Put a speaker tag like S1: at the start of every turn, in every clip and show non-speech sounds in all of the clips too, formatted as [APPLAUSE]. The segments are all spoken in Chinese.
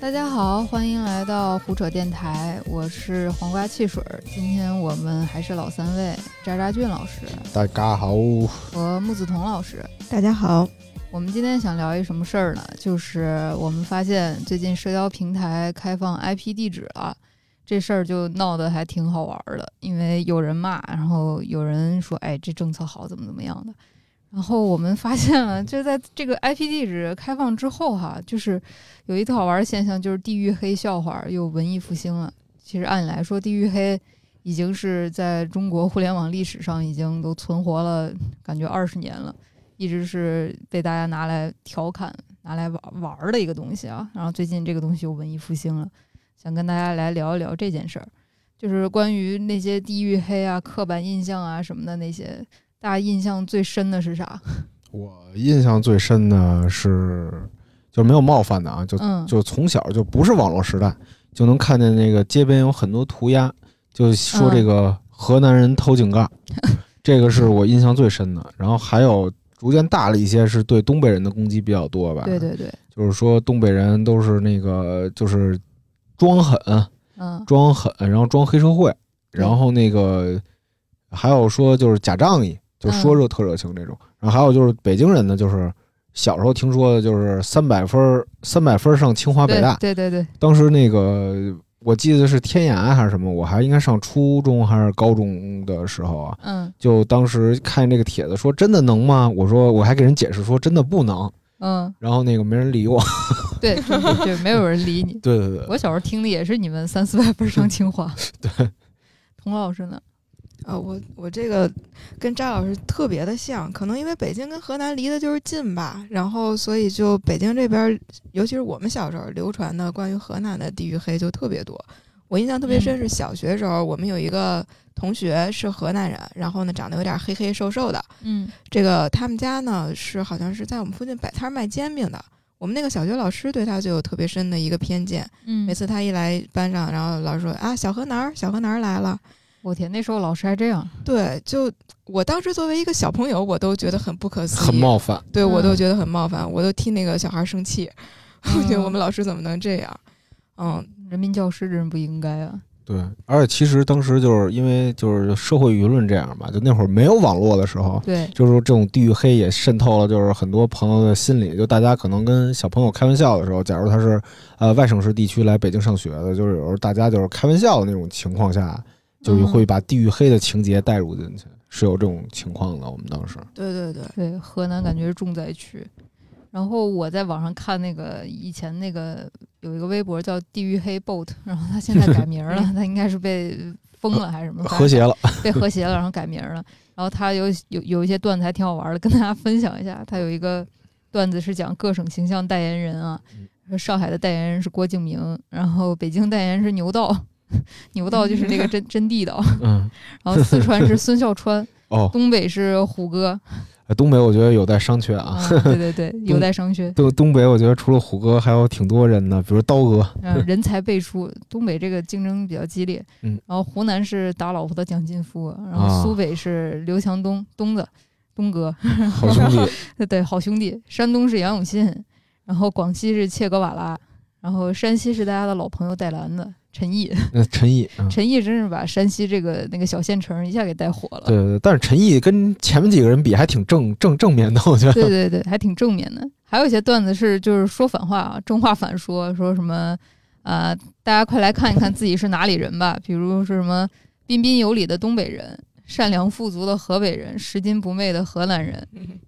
S1: 大家好，欢迎来到胡扯电台，我是黄瓜汽水儿。今天我们还是老三位，渣渣俊老师
S2: 大家好，
S1: 和木子彤老师。
S3: 大家好，
S1: 我们今天想聊一什么事儿呢？就是我们发现最近社交平台开放 IP 地址了，这事儿就闹得还挺好玩儿的，因为有人骂，然后有人说：“哎，这政策好，怎么怎么样的。”然后我们发现
S3: [LAUGHS]
S1: 了，就在这个 IP 地址开放之后哈，就是有一特好玩儿的现象，就是地域黑笑话又文艺复兴了。其实按理来说，地域黑已经是在中国互联网历史上已经都存活了，感觉二十年了。一直是被大家拿来调侃、拿来玩玩儿的一个东西啊。然后最近这个东西又文艺复兴了，想跟大家来聊一聊这件事儿，就是关于那些地域黑啊、刻板印象啊什么的那些。大家印象最深的是啥？
S2: 我印象最深的是，就没有冒犯的啊，就
S1: 嗯，
S2: 就从小就不是网络时代，就能看见那个街边有很多涂鸦，就说这个河南人
S1: [LAUGHS]
S2: 偷井盖，这个是我印象最深的。然后还有逐渐大了一些，是对东北人的攻击比较多吧？
S1: 对，对对，
S2: 就是说东北人都是那个就是装狠，
S1: 嗯，
S2: 装狠，然后装黑社会，
S1: 对
S2: 然后那个还有说就是假仗义，就说热特热情这种。
S1: 嗯
S2: 然后还有就是北京人呢，就是小时候听说的就是三百分儿，三百分儿上清华北
S1: 对
S2: 大。
S1: 对对对，
S2: 当时那个我记得是天涯还是什么，我还应该上初中还是高中的时候啊，
S1: 嗯
S2: 就当时看这个帖子说真的能吗？我说我还给人解释说真的不能，
S1: 嗯，
S2: 然后那个没人理我。
S1: 对，就就就没有人理你。
S2: 对对对，
S1: 我小时候听的也是你们三四百分上清华。
S2: [LAUGHS] 对，
S1: 童老师呢？
S3: 啊、我我这个跟张老师特别的像，可能因为北京跟河南离得就是近吧，然后所以就北京这边儿，尤其是我们小时候流传的关于河南的地域黑就特别多。我印象特别深是小学时候，我们有一个同学是河南人，然后呢长得有点黑黑瘦瘦的，
S1: 嗯
S3: 这个他们家呢是好像是在我们附近摆摊儿卖煎饼的。我们那个小学老师对他就有特别深的一个偏见，
S1: 嗯，
S3: 每次他一来班上，然后老师说啊小河南儿小河南儿来了，
S1: 我天，那时候老师还这样。
S3: 对，就我当时作为一个小朋友，我都觉得很不可思议，
S2: 很冒犯。
S3: 对
S1: 嗯
S3: 我都觉得很冒犯，我都替那个小孩生气， [LAUGHS] 我觉得
S1: 嗯
S3: 我们老师怎么能这样？嗯，
S1: 人民教师真不应该啊！
S2: 对，而且其实当时就是因为就是社会舆论这样吧，就那会儿没有网络的时候，
S1: 对，
S2: 就是说这种地域黑也渗透了，就是很多朋友的心里。就大家可能跟小朋友开玩笑的时候，假如他是呃外省市地区来北京上学的，就是有时候大家就是开玩笑的那种情况下，
S1: 嗯
S2: 就是会把地域黑的情节带入进去，是有这种情况的。我们当时
S3: 对对对，，
S1: 对，河南感觉是重灾区。然后我在网上看那个以前那个有一个微博叫“地狱黑 bot”，然 [LAUGHS] 后他现在改名儿了
S3: 嗯
S1: 他应该是被封了还是什么？
S2: [LAUGHS] 和谐了，
S1: 被和谐了，然后改名儿了。然后他有有有一些段子还挺好玩的，跟大家分享一下。他有一个段子是讲各省形象代言人啊
S2: 嗯，
S1: 说上海的代言人是郭敬明，然后北京代言人是牛道， [LAUGHS] 牛道就是那个真真地道，
S2: 嗯，
S1: 然后四川是孙笑川，
S2: 哦，
S1: 东北是虎哥，
S2: 哎东北我觉得有待商榷啊。
S1: 啊，对对对，有待商
S2: [LAUGHS]
S1: 榷。
S2: 就 [LAUGHS] 东北，我觉得除了虎哥，还有挺多人的，比如刀哥，
S1: 嗯，人才辈出，东北这个竞争比较激烈。
S2: 嗯，
S1: 然后湖南是打老婆的蒋劲夫，然
S2: 啊
S1: 后苏北是刘强东东子东哥， [LAUGHS]
S2: 好兄弟，
S1: 对对，好兄弟。山东是杨永信，然后广西是切格瓦拉，然后山西是大家的老朋友戴兰子陈毅，
S2: 那陈毅，嗯。
S1: 陈毅真是把山西这个那个小县城一下给带火了。
S2: 对对，对，但是陈毅跟前面几个人比还挺正正正面的，我觉得。
S1: 对对对，还挺正面的。还有一些段子是就是说反话啊，正话反说，说什么呃，大家快来看一看自己是哪里人吧，比如说什么彬彬有礼的东北人。善良富足的河北人，拾金不昧的河南人，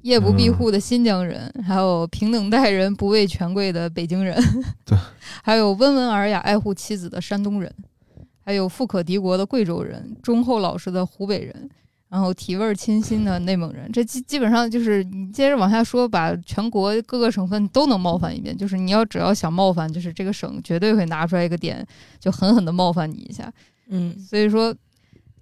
S1: 夜不闭户的新疆人，还有平等待人不畏权贵的北京人， [LAUGHS]
S2: 对，
S1: 还有温文尔雅爱护妻子的山东人，还有富可敌国的贵州人，忠厚老实的湖北人，然后提味儿清新的内蒙人，这基基本上就是你接着往下说，把全国各个省份都能冒犯一遍。就是你要只要想冒犯，就是这个省绝对会拿出来一个点，就狠狠的冒犯你一下。 [LAUGHS]
S3: 嗯，
S1: 所以说，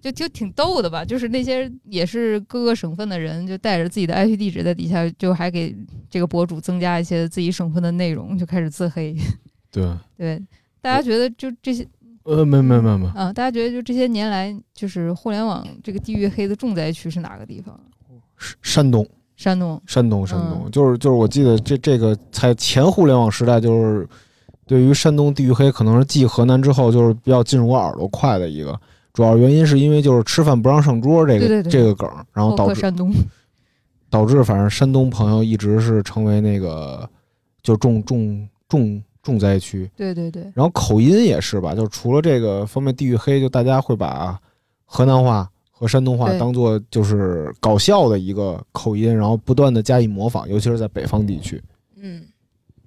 S1: 就就挺逗的吧。就是那些也是各个省份的人，就带着自己的 IP 地址在底下，就还给这个博主增加一些自己省份的内容，就开始自黑。 [LAUGHS]
S2: 对，
S1: 对，大家觉得就这些
S2: 呃，没没没没，
S1: 啊，大家觉得就这些年来，就是互联网这个地域黑的重灾区是哪个地方？
S2: 山山东，
S1: 山东。
S2: 嗯山东，山东，就是就是，我记得这这个才前互联网时代，就是对于山东地域黑，可能是继河南之后，就是比较进入我耳朵快的一个。主要原因是因为就是吃饭不让上桌这个
S1: 对对对
S2: 这个梗儿，然后
S1: 包
S2: 导
S1: 括
S2: 致
S1: 山东， [LAUGHS]
S2: 导致反正山东朋友一直是成为那个就重重重重灾区。
S1: 对对对，
S2: 然后口音也是吧，就除了这个方面地域黑，就大家会把河南话和山东话
S1: 对
S2: 当做就是搞笑的一个口音，然后不断的加以模仿，尤其是在北方地区。
S3: 嗯，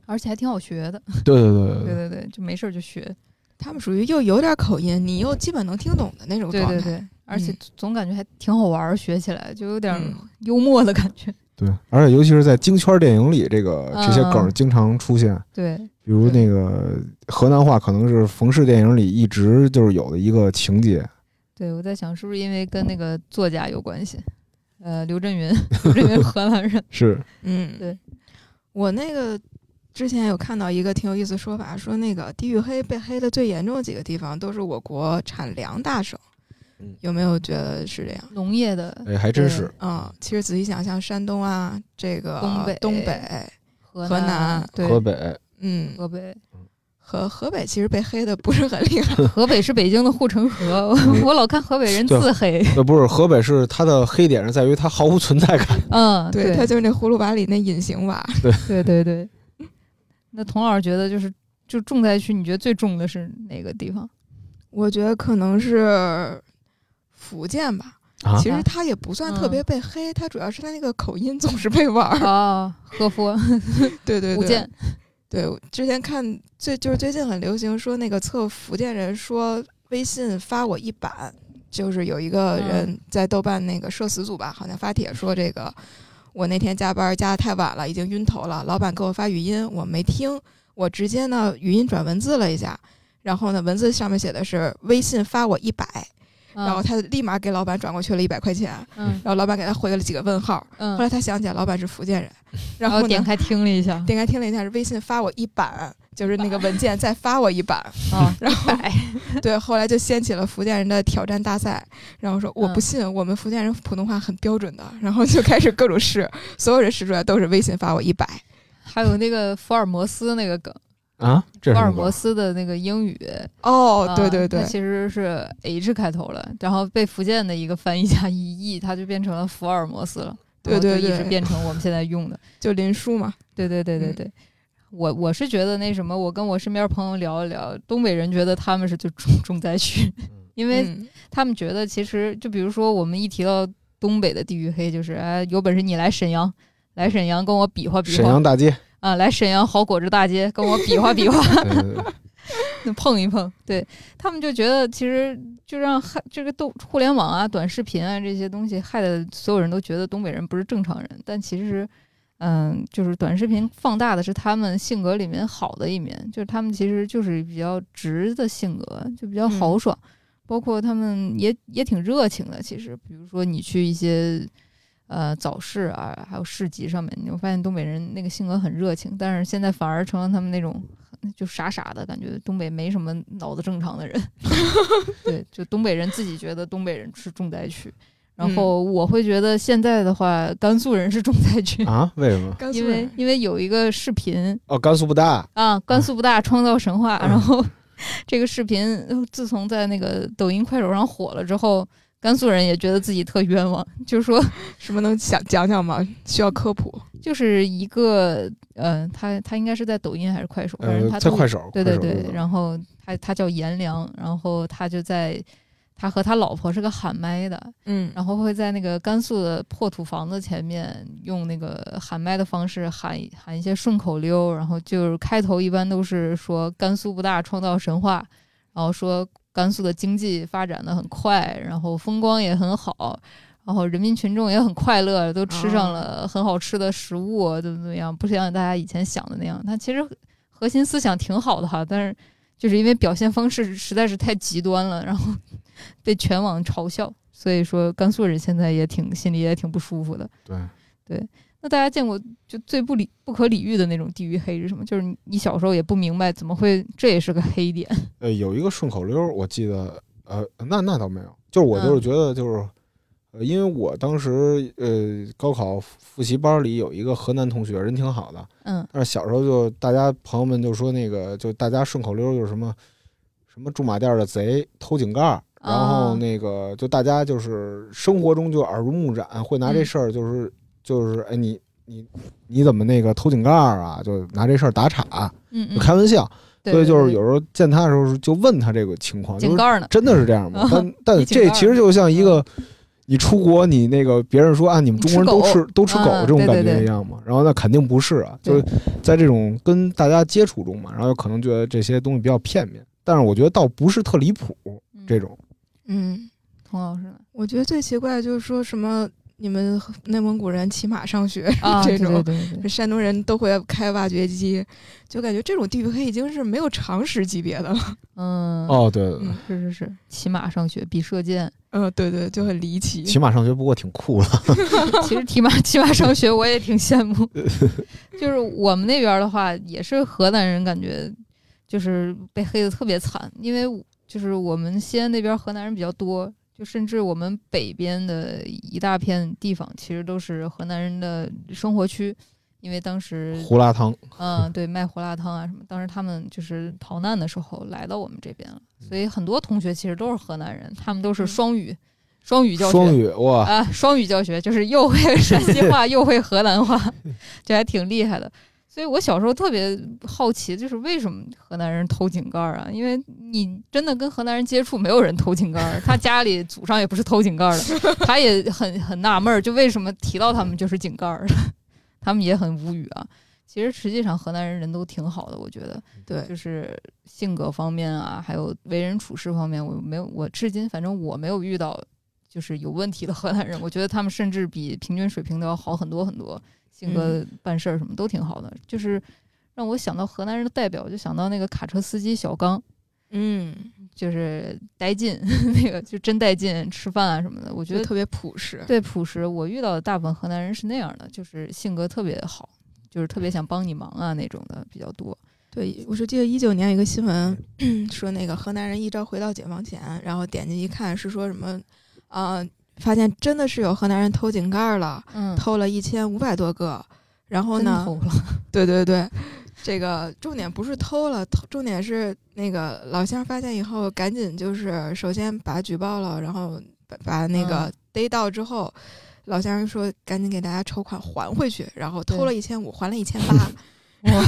S1: 而且还挺好学的，
S2: 对对对对
S1: 对
S2: 对。
S1: 对对，就没事儿就学，
S3: 他们属于又有点口音，你又基本能听懂的那种
S1: 对
S3: 状态。
S1: 对对，而且
S3: 嗯
S1: 总感觉还挺好玩儿，学起来就有点儿
S3: 嗯
S1: 幽默的感觉， [LAUGHS]
S2: 对，而且尤其是在京圈电影里，这个这些梗儿
S1: 嗯
S2: 经常出现。
S1: 对
S2: 比如那个河南话，可能是冯氏电影里一直就是有的一个情节。
S1: 对，我在想是不是因为跟那个作家有关系，呃，刘震云， [LAUGHS] 刘震云河南人，
S2: 是，
S3: 嗯，
S1: 对。
S3: 我那个之前有看到一个挺有意思的说法，说那个地域黑被黑的最严重的几个地方都是我国产粮大省
S2: 嗯，
S3: 有没有觉得是这样？
S1: 农业的
S2: 哎，还真是。
S3: 嗯，其实仔细想，像山东啊，这个
S1: 东北
S3: 东北
S1: 河
S3: 河
S1: 南
S3: 南，
S1: 对，
S2: 河北，
S3: 嗯，
S1: 河北，
S3: 河河北其实被黑的不是很厉害，
S1: 河北是北京的护城河，
S3: 嗯
S1: 我我老看河北人
S2: 对
S1: 自黑，
S3: [LAUGHS]
S2: 呃，不是河北是它的黑点是在于它毫无存在
S1: [LAUGHS]
S2: 感。
S1: 嗯，对
S3: 他就是那葫芦娃里那隐形娃，
S1: 对对对。那童老师觉得就是就重灾区，你觉得最重的是哪个地
S3: [LAUGHS]
S1: 方？
S3: 我觉得可能是福建吧。
S2: 啊
S3: 其实他也不算特别被黑，他主要是他那个口音总是被玩儿。
S1: 啊，合佛、
S3: 对对对，
S1: 福建，
S3: 对，我之前看最就是最近很流行说那个测福建人说微信发我一版，就是有一个
S1: 嗯
S3: 人在豆瓣那个社死组吧，好像发帖说这个我那天加班加的太晚了，已经晕头了，老板给我发语音，我没听，我直接呢语音转文字了一下，然后呢文字上面写的是微信发我一百，
S1: 嗯
S3: 然后他立马给老板转过去了一百块钱，
S1: 嗯
S3: [LAUGHS] 然后老板给他回了几个问号，后
S1: 嗯，
S3: 来他想起来老板是福建人，然
S1: 然
S3: 后
S1: 后
S3: 呢
S1: 点开听了一下，
S3: 点开听了一下，是微信发我一版，就是那个文件再发我一
S1: [LAUGHS]
S3: 版。
S1: 啊，
S3: 然后
S1: 百
S3: 对，后来就掀起了福建人的挑战大赛。然后说我不
S1: 嗯
S3: 信，我们福建人普通话很标准的。然后就开始各种试，所有人试出来都是微信发我一百。
S1: 还有那个福尔摩斯那个梗，
S2: 啊，这
S1: 福
S2: 是什
S1: 尔
S2: 么
S1: 摩斯的那个英语，
S3: 哦
S1: 啊，
S3: 对对对
S1: 它，其实是 H 开头了，然后被福建的一个翻译家一译，它就变成了福尔摩斯了，然后
S3: 对对
S1: 就一直
S3: 对
S1: 变成我们现在
S3: [LAUGHS]
S1: 用的。
S3: 就林叔嘛。
S1: 对对对对
S3: 嗯
S1: 对，我我是觉得那什么，我跟我身边朋友聊一聊，东北人觉得他们是就重重灾区， [LAUGHS] 因为
S3: 嗯
S1: 他们觉得其实就比如说我们一提到东北的地域黑，就是哎有本事你来沈阳，来沈阳跟我比划比
S2: 沈
S1: 划
S2: 阳大街，
S1: [LAUGHS] 啊，来沈阳好果子大街跟我比划比划，
S2: 对对对，
S1: 那碰一碰，对他们就觉得其实就让害这个都互联网啊、短视频啊这些东西害的所有人都觉得东北人不是正常人，但其实，嗯，就是短视频放大的是他们性格里面好的一面，就是他们其实就是比较直的性格，就比较豪爽，包括他们也也挺热情的。其实，比如说你去一些。呃，早市啊，还有市集上面，你会发现东北人那个性格很热情，但是现在反而成了他们那种就傻傻的感觉，东北没什么脑子正常
S3: [LAUGHS]
S1: 的人。对，就东北人自己觉得东北人是重灾区，
S3: 嗯
S1: 然后我会觉得现在的话，甘肃人是重灾 [LAUGHS] 区，
S2: 啊，为什么？
S3: 甘肃
S1: 因为
S3: 人，
S1: 因为有一个视频
S2: 哦，甘肃不大，
S1: 啊，甘肃不大创造神话，
S2: 嗯
S1: 然后这个视频呃自从在那个抖音、快手上火了之后。甘肃人也觉得自己特冤枉，就说
S3: 什么能想讲讲吗？需要科普。
S1: 就是一个，呃，他他应该是在抖音还是快手，反正
S2: 呃
S1: 他，
S2: 在
S1: 都
S2: 快手，
S1: 对对
S2: 快手
S1: 对，然后他他叫颜良，然后他就在他和他老婆是个喊麦的，
S3: 嗯
S1: 然后会在那个甘肃的破土房子前面用那个喊麦的方式喊一喊一些顺口溜，然后就是开头一般都是说甘肃不大创造神话，然后说甘肃的经济发展的很快，然后风光也很好。然后人民群众也很快乐，都吃上了很好吃的食物，怎么怎么样？不像大家以前想的那样。他其实核心思想挺好的哈，但是就是因为表现方式实在是太极端了，然后 [LAUGHS] 被全网嘲笑，所以说甘肃人现在也挺心里也挺不舒服的。
S2: 对，
S1: 那大家见过就最不理不可理喻的那种地域黑是什么？就是你你小时候也不明白怎么会这也是个黑点，
S2: 呃，有一个顺口溜儿，我记得，呃，那那倒没有，就是我就
S1: 嗯
S2: 是觉得就是，呃，因为我当时呃高考复习班里有一个河南同学，人挺好的，
S1: 嗯，
S2: 但是小时候就大家朋友们就说那个，就大家顺口溜就是什么什么驻马店的贼偷井盖儿，
S1: 嗯
S2: 然
S1: 哦
S2: 后那个就大家就是生活中就耳濡目染，会
S1: 嗯
S2: 拿这事儿就是、就是哎你你你怎么那个偷井盖儿啊？就拿这事儿打岔，
S1: 嗯
S2: 就
S1: 嗯，
S2: 开玩笑。
S1: 对
S2: 所以就是
S1: 对
S2: 有时候见他的时候就问他这个情况，就
S1: 井
S2: 是
S1: 盖儿呢，嗯
S2: 真的是这样
S1: [LAUGHS]
S2: 吗？但但
S1: 你井
S2: 这
S1: 盖儿嗯
S2: 其实就像一个。你出国，你那个别人说啊，你们中国人都吃都吃狗
S1: 嗯
S2: 这种感
S1: 对对
S2: 觉
S1: 对
S2: 一样嘛？然后那肯定不是啊，就是在这种跟大家接触中嘛，然后可能觉得这些东西比较片面，但是我觉得倒不是特离谱
S1: 嗯
S2: 这种。
S3: 嗯，
S1: 童老师呢
S3: 我觉得最奇怪的就是说什么你们内蒙古人骑马上学、
S1: [LAUGHS] 啊，
S3: [LAUGHS]
S1: 对
S3: 这
S1: 对
S3: 种。
S1: 对对，
S3: 山东人都会开挖掘机，就感觉这种地域黑已经是没有常识级别的了。 [LAUGHS]
S1: 嗯，
S2: 哦，对对对，
S3: 嗯
S1: 是是是，骑马上学比射箭，
S3: 嗯，对对，就很离奇。
S2: 骑马上学不过挺酷的。
S1: 其实骑马 [LAUGHS] 骑马上学我也挺羡
S2: [LAUGHS]
S1: 慕，就是我们那边儿的话，也是河南人，感觉就是被黑的特别惨，因为我就是我们西安那边儿河南人比较多，就甚至我们北边的一大片地方，其实都是河南人的生活区。因为当时，
S2: 胡辣汤，
S1: 嗯，对，卖胡辣汤啊什么，当时他们就是逃难的时候来到我们这边了，
S2: 嗯
S1: 所以很多同学其实都是河南人，他们都是
S3: 嗯
S1: 双语，双语教学，
S2: 双语哇，
S1: 啊，双语教学就是又会陕西话又会荷兰
S2: [LAUGHS]
S1: 话，这还挺厉害的。所以我小时候特别好奇，就是为什么河南人偷井盖儿啊？因为你真的跟河南人接触，没有人偷井盖儿，他家里祖上也不是偷井盖儿
S2: [LAUGHS]
S1: 的，他也很很纳闷儿，就为什么提到他们就是井盖儿，他们也很无语啊。其实实际上河南人人都挺好的，我觉得，
S3: 对，
S1: 就是性格方面啊，还有为人处事方面，我没有，我至今反正我没有遇到就是有问题的河南人。我觉得他们甚至比平均水平都要好很多很多，性格、办事儿什么都挺好的。就是让我想到河南人的代表，就想到那个卡车司机小刚，
S3: 嗯，
S1: 就是带劲， [LAUGHS] 那个就真带劲，吃饭啊什么的。我觉
S3: 就
S1: 得
S3: 特别朴实。
S1: 对朴实，我遇到的大部分河南人是那样的，就是性格特别好，就是特别想帮你忙啊那种的比较多。
S3: 对，我是记得一九年有一个新闻 [CLEARS THROAT] 说，那个河南人一朝回到解放前，然后点进一看是说什么，啊，发现真的是有河南人偷井盖儿了，
S1: 嗯，
S3: 偷了一千五百多个。然后
S1: 真
S3: 呢，
S1: 投了，
S3: 对对对，这个重点不是偷了，偷重点是那个老乡发现以后，赶紧就是首先把他举报了，然后把把那个
S1: 嗯
S3: 逮到之后，老乡说赶紧给大家筹款还回去，然后偷
S1: 对
S3: 了一千五，还了一千八， [LAUGHS]
S1: 哇。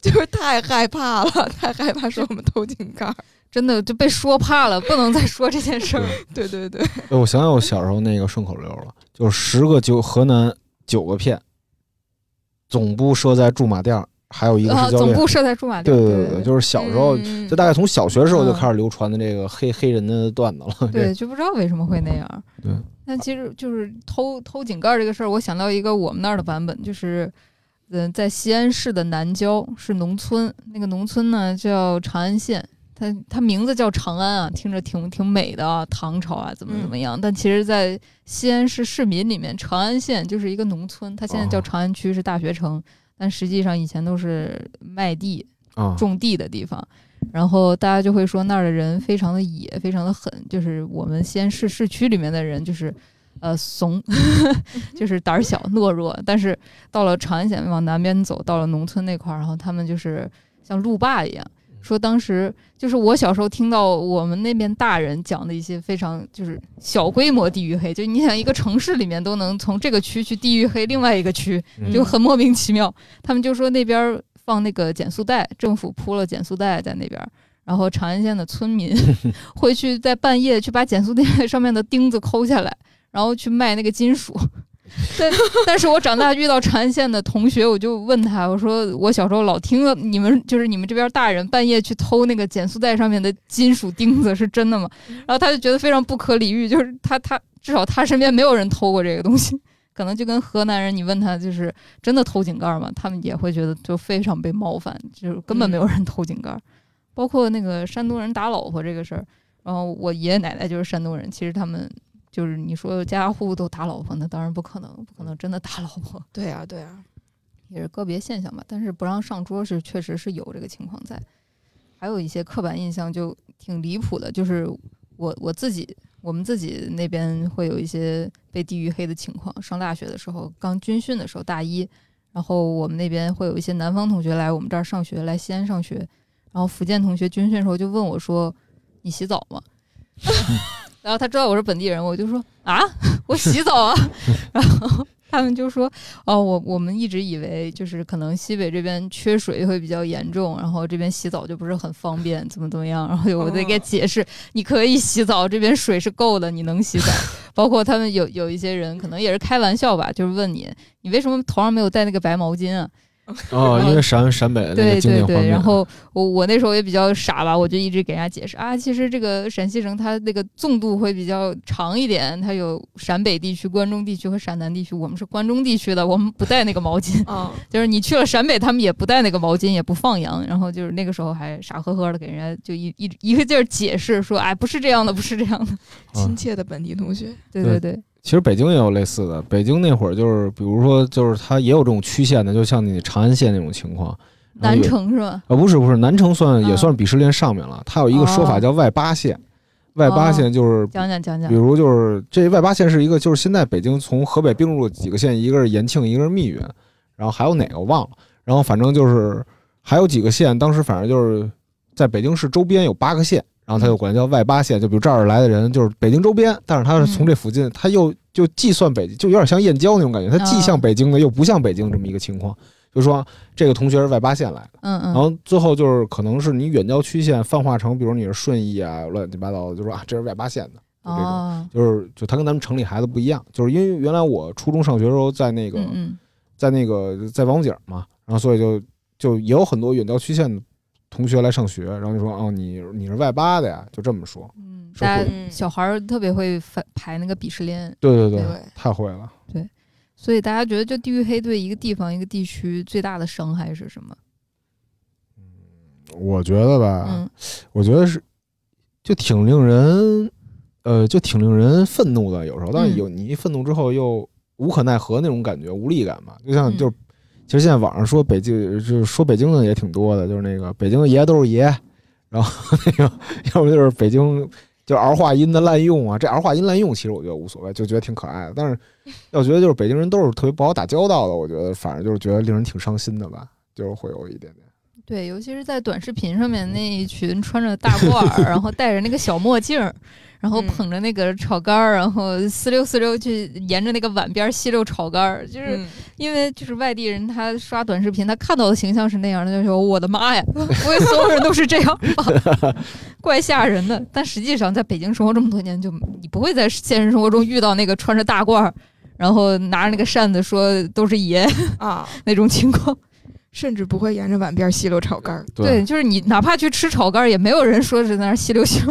S3: 就是太害怕了，太害怕说我们偷井盖儿。 [LAUGHS]
S1: 真的就被说怕了，不能再说这件
S2: 嗯
S1: 事儿。啊
S3: 对对对，
S2: 哎我想想我小时候那个顺口溜了，就是十个九河南九个骗，总部设在驻马店儿，还有一个
S1: 啊，
S2: 是教
S1: 总
S2: 练。
S1: 部设在驻马店。
S2: 对
S1: 对
S2: 对对，就是小时候，
S3: 嗯
S2: 就大概从小学时候就开始流传的这个黑黑人的段子 [LAUGHS] 了。
S1: 对，就不知道为什么会那样。
S2: 对，
S1: 但其实就是偷偷井盖儿这个事儿，我想到一个我们那儿的版本，就是，嗯，在西安市的南郊是农村，那个农村呢叫长安县，它它名字叫长安啊，听着挺挺美的啊，唐朝啊，怎么
S2: 嗯
S1: 怎么样。但其实，在西安市市民里面，长安县就是一个农村，它现在叫
S2: 哦
S1: 长安区，是大学城，但实际上以前都是麦地，
S2: 啊，
S1: 种地的地方，然后大家就会说那儿的人非常的野，非常的狠，就是我们西安市市区里面的人就是。呃，怂， [LAUGHS] 就是胆儿小、懦弱。但是到了长安县往南边走，到了农村那块儿，然后他们就是像路霸一样。说当时就是我小时候听到我们那边大人讲的一些非常就是小规模地域黑，就你想一个城市里面都能从这个区去地域黑另外一个区，
S2: 嗯
S1: 就很莫名其妙。他们就说那边儿放那个减速带，政府铺了减速带在那边儿。然后长安县的村民会去在半夜去把减速带上面的钉子抠下来，然后去卖那个金属。但但是我长大遇到长安县的同学，我就问他，我说我小时候老听到你们就是你们这边大人半夜去偷那个减速带上面的金属钉子是真的吗？然后他就觉得非常不可理喻，就是他他至少他身边没有人偷过这个东西，可能就跟河南人你问他就是真的偷井盖儿吗？他们也会觉得就非常被冒犯，就是根本没有人偷井盖儿。包括那个山东人打老婆这个事儿，然后我爷爷奶奶就是山东人，其实他们就是你说家家户户都打老婆，那当然不可能，不可能真的打老婆，
S3: 对呀、对呀、啊
S1: 也是个别现象吧。但是不让上桌是确实是有这个情况在。还有一些刻板印象就挺离谱的，就是我我自己我们自己那边会有一些被地域黑的情况。上大学的时候，刚军训的时候，大一，然后我们那边会有一些南方同学来我们这儿上学，来西安上学，然后福建同学军训的时候就问我说：“你洗澡吗？” [LAUGHS] 然后他知道我是本地人，我就说：“啊， [LAUGHS] 我洗澡啊。” [LAUGHS] 然后他们就说：“哦，我我们一直以为就是可能西北这边缺水会比较严重，然后这边洗澡就不是很方便，怎么怎么样。”然后我得给解释，你可以洗澡，这边水是够的，你能洗澡。包括他们有有一些人可能也是开玩笑吧，就是问你，你为什么头上没有带那个白毛巾啊？
S2: 哦，因为陕陕北那
S1: 对
S2: 个经
S1: 对
S2: 典画
S1: 对，
S2: 面，啊
S1: 然后我我那时候也比较傻吧，我就一直给人家解释啊，其实这个陕西省它那个纵度会比较长一点，它有陕北地区、关中地区和陕南地区，我们是关中地区的，我们不带那个毛巾， [LAUGHS]
S3: 嗯，
S1: 就是你去了陕北，他们也不带那个毛巾，也不放羊，然后就是那个时候还傻呵呵的给人家就一一一个劲儿解释说，哎，不是这样的，不是这样的， [LAUGHS]
S3: 亲切的本地同学，
S1: 对
S2: 对
S1: 对对，
S2: 其实北京也有类似的，北京那会儿就是，比如说就是它也有这种区县的，就像你长安县那种情况。然后
S1: 南
S2: 有
S1: 城是吧？
S2: 啊，不是不是，南城算也
S1: 嗯
S2: 算鄙视链上面了。它有一个说法
S1: 哦
S2: 叫外八县，外八
S1: 哦
S2: 县就是
S1: 讲讲讲讲，
S2: 比如就是这外八县是一个，就是现在北京从河北并入了几个县，一个是延庆，一个是密云，然后还有哪个我忘了。然后反正就是还有几个县，当时反正就是在北京市周边有八个县，然后
S1: 嗯
S2: 他就管它叫外八县。就比如这儿来的人就是北京周边，但是他是
S1: 嗯
S2: 从这附近，他又就既算北，就有点像燕郊那种感觉，他既
S1: 嗯
S2: 像北京的又不像北京这么一个情况。就说这个同学是外八县来的。
S1: 嗯嗯，
S2: 然后最后就是可能是你远郊区县泛化成，比如你是顺义啊，乱七八糟的，就说啊这是外八县的，就这种，
S1: 哦，
S2: 就是就他跟咱们城里孩子不一样，就是因为原来我初中上学的时候在那个
S1: 嗯嗯，
S2: 在那个在王府井嘛，然后所以就就也有很多远郊区县的同学来上学，然后就说哦你你是外八的呀，就这么说，
S1: 嗯，
S2: 社
S1: 大
S2: 会
S1: 家小嗯孩儿特别会反排那个鄙视链。
S2: 对对对，
S3: 对，
S2: 太会了。
S1: 所以大家觉得，就地域黑对一个地方、一个地区最大的伤害是什么？
S2: 我觉得吧，
S1: 嗯
S2: 我觉得是就挺令人，呃，就挺令人愤怒的。有时候，但是
S1: 嗯
S2: 有你一愤怒之后又无可奈何那种感觉，无力感嘛。就像
S1: 嗯
S2: 就是，其实现在网上说北京，就是说北京的也挺多的，就是那个北京的爷都是爷，然后那个要不就是北京就是儿化音的滥用啊。这儿化音滥用其实我觉得无所谓，就觉得挺可爱的。
S1: [LAUGHS]
S2: 但是要觉得就是北京人都是特别不好打交道的，我觉得反正就是觉得令人挺伤心的吧，就是会有一点点。
S1: 对，尤其是在短视频上面那一群穿着大褂儿，然后戴着那个小墨镜儿，然后
S3: 嗯
S1: 捧着那个炒肝儿，然后撕溜撕溜去沿着那个碗边儿吸溜炒肝儿，就是
S3: 嗯
S1: 因为就是外地人他刷短视频，他看到的形象是那样的，他就说我的妈
S2: [LAUGHS]
S1: 呀，不会所有人都是这样吧？怪吓人的。但实际上，在北京生活这么多年，就你不会在现实生活中遇到那个穿着大褂儿，然后拿着那个扇子说都是爷 [LAUGHS]
S3: 啊，
S1: 那种情
S2: [LAUGHS]
S1: 况。
S3: 甚至不会沿着碗边吸溜炒肝儿。
S1: 对，就是你哪怕去吃炒肝儿，也没有人说是在那儿吸溜星，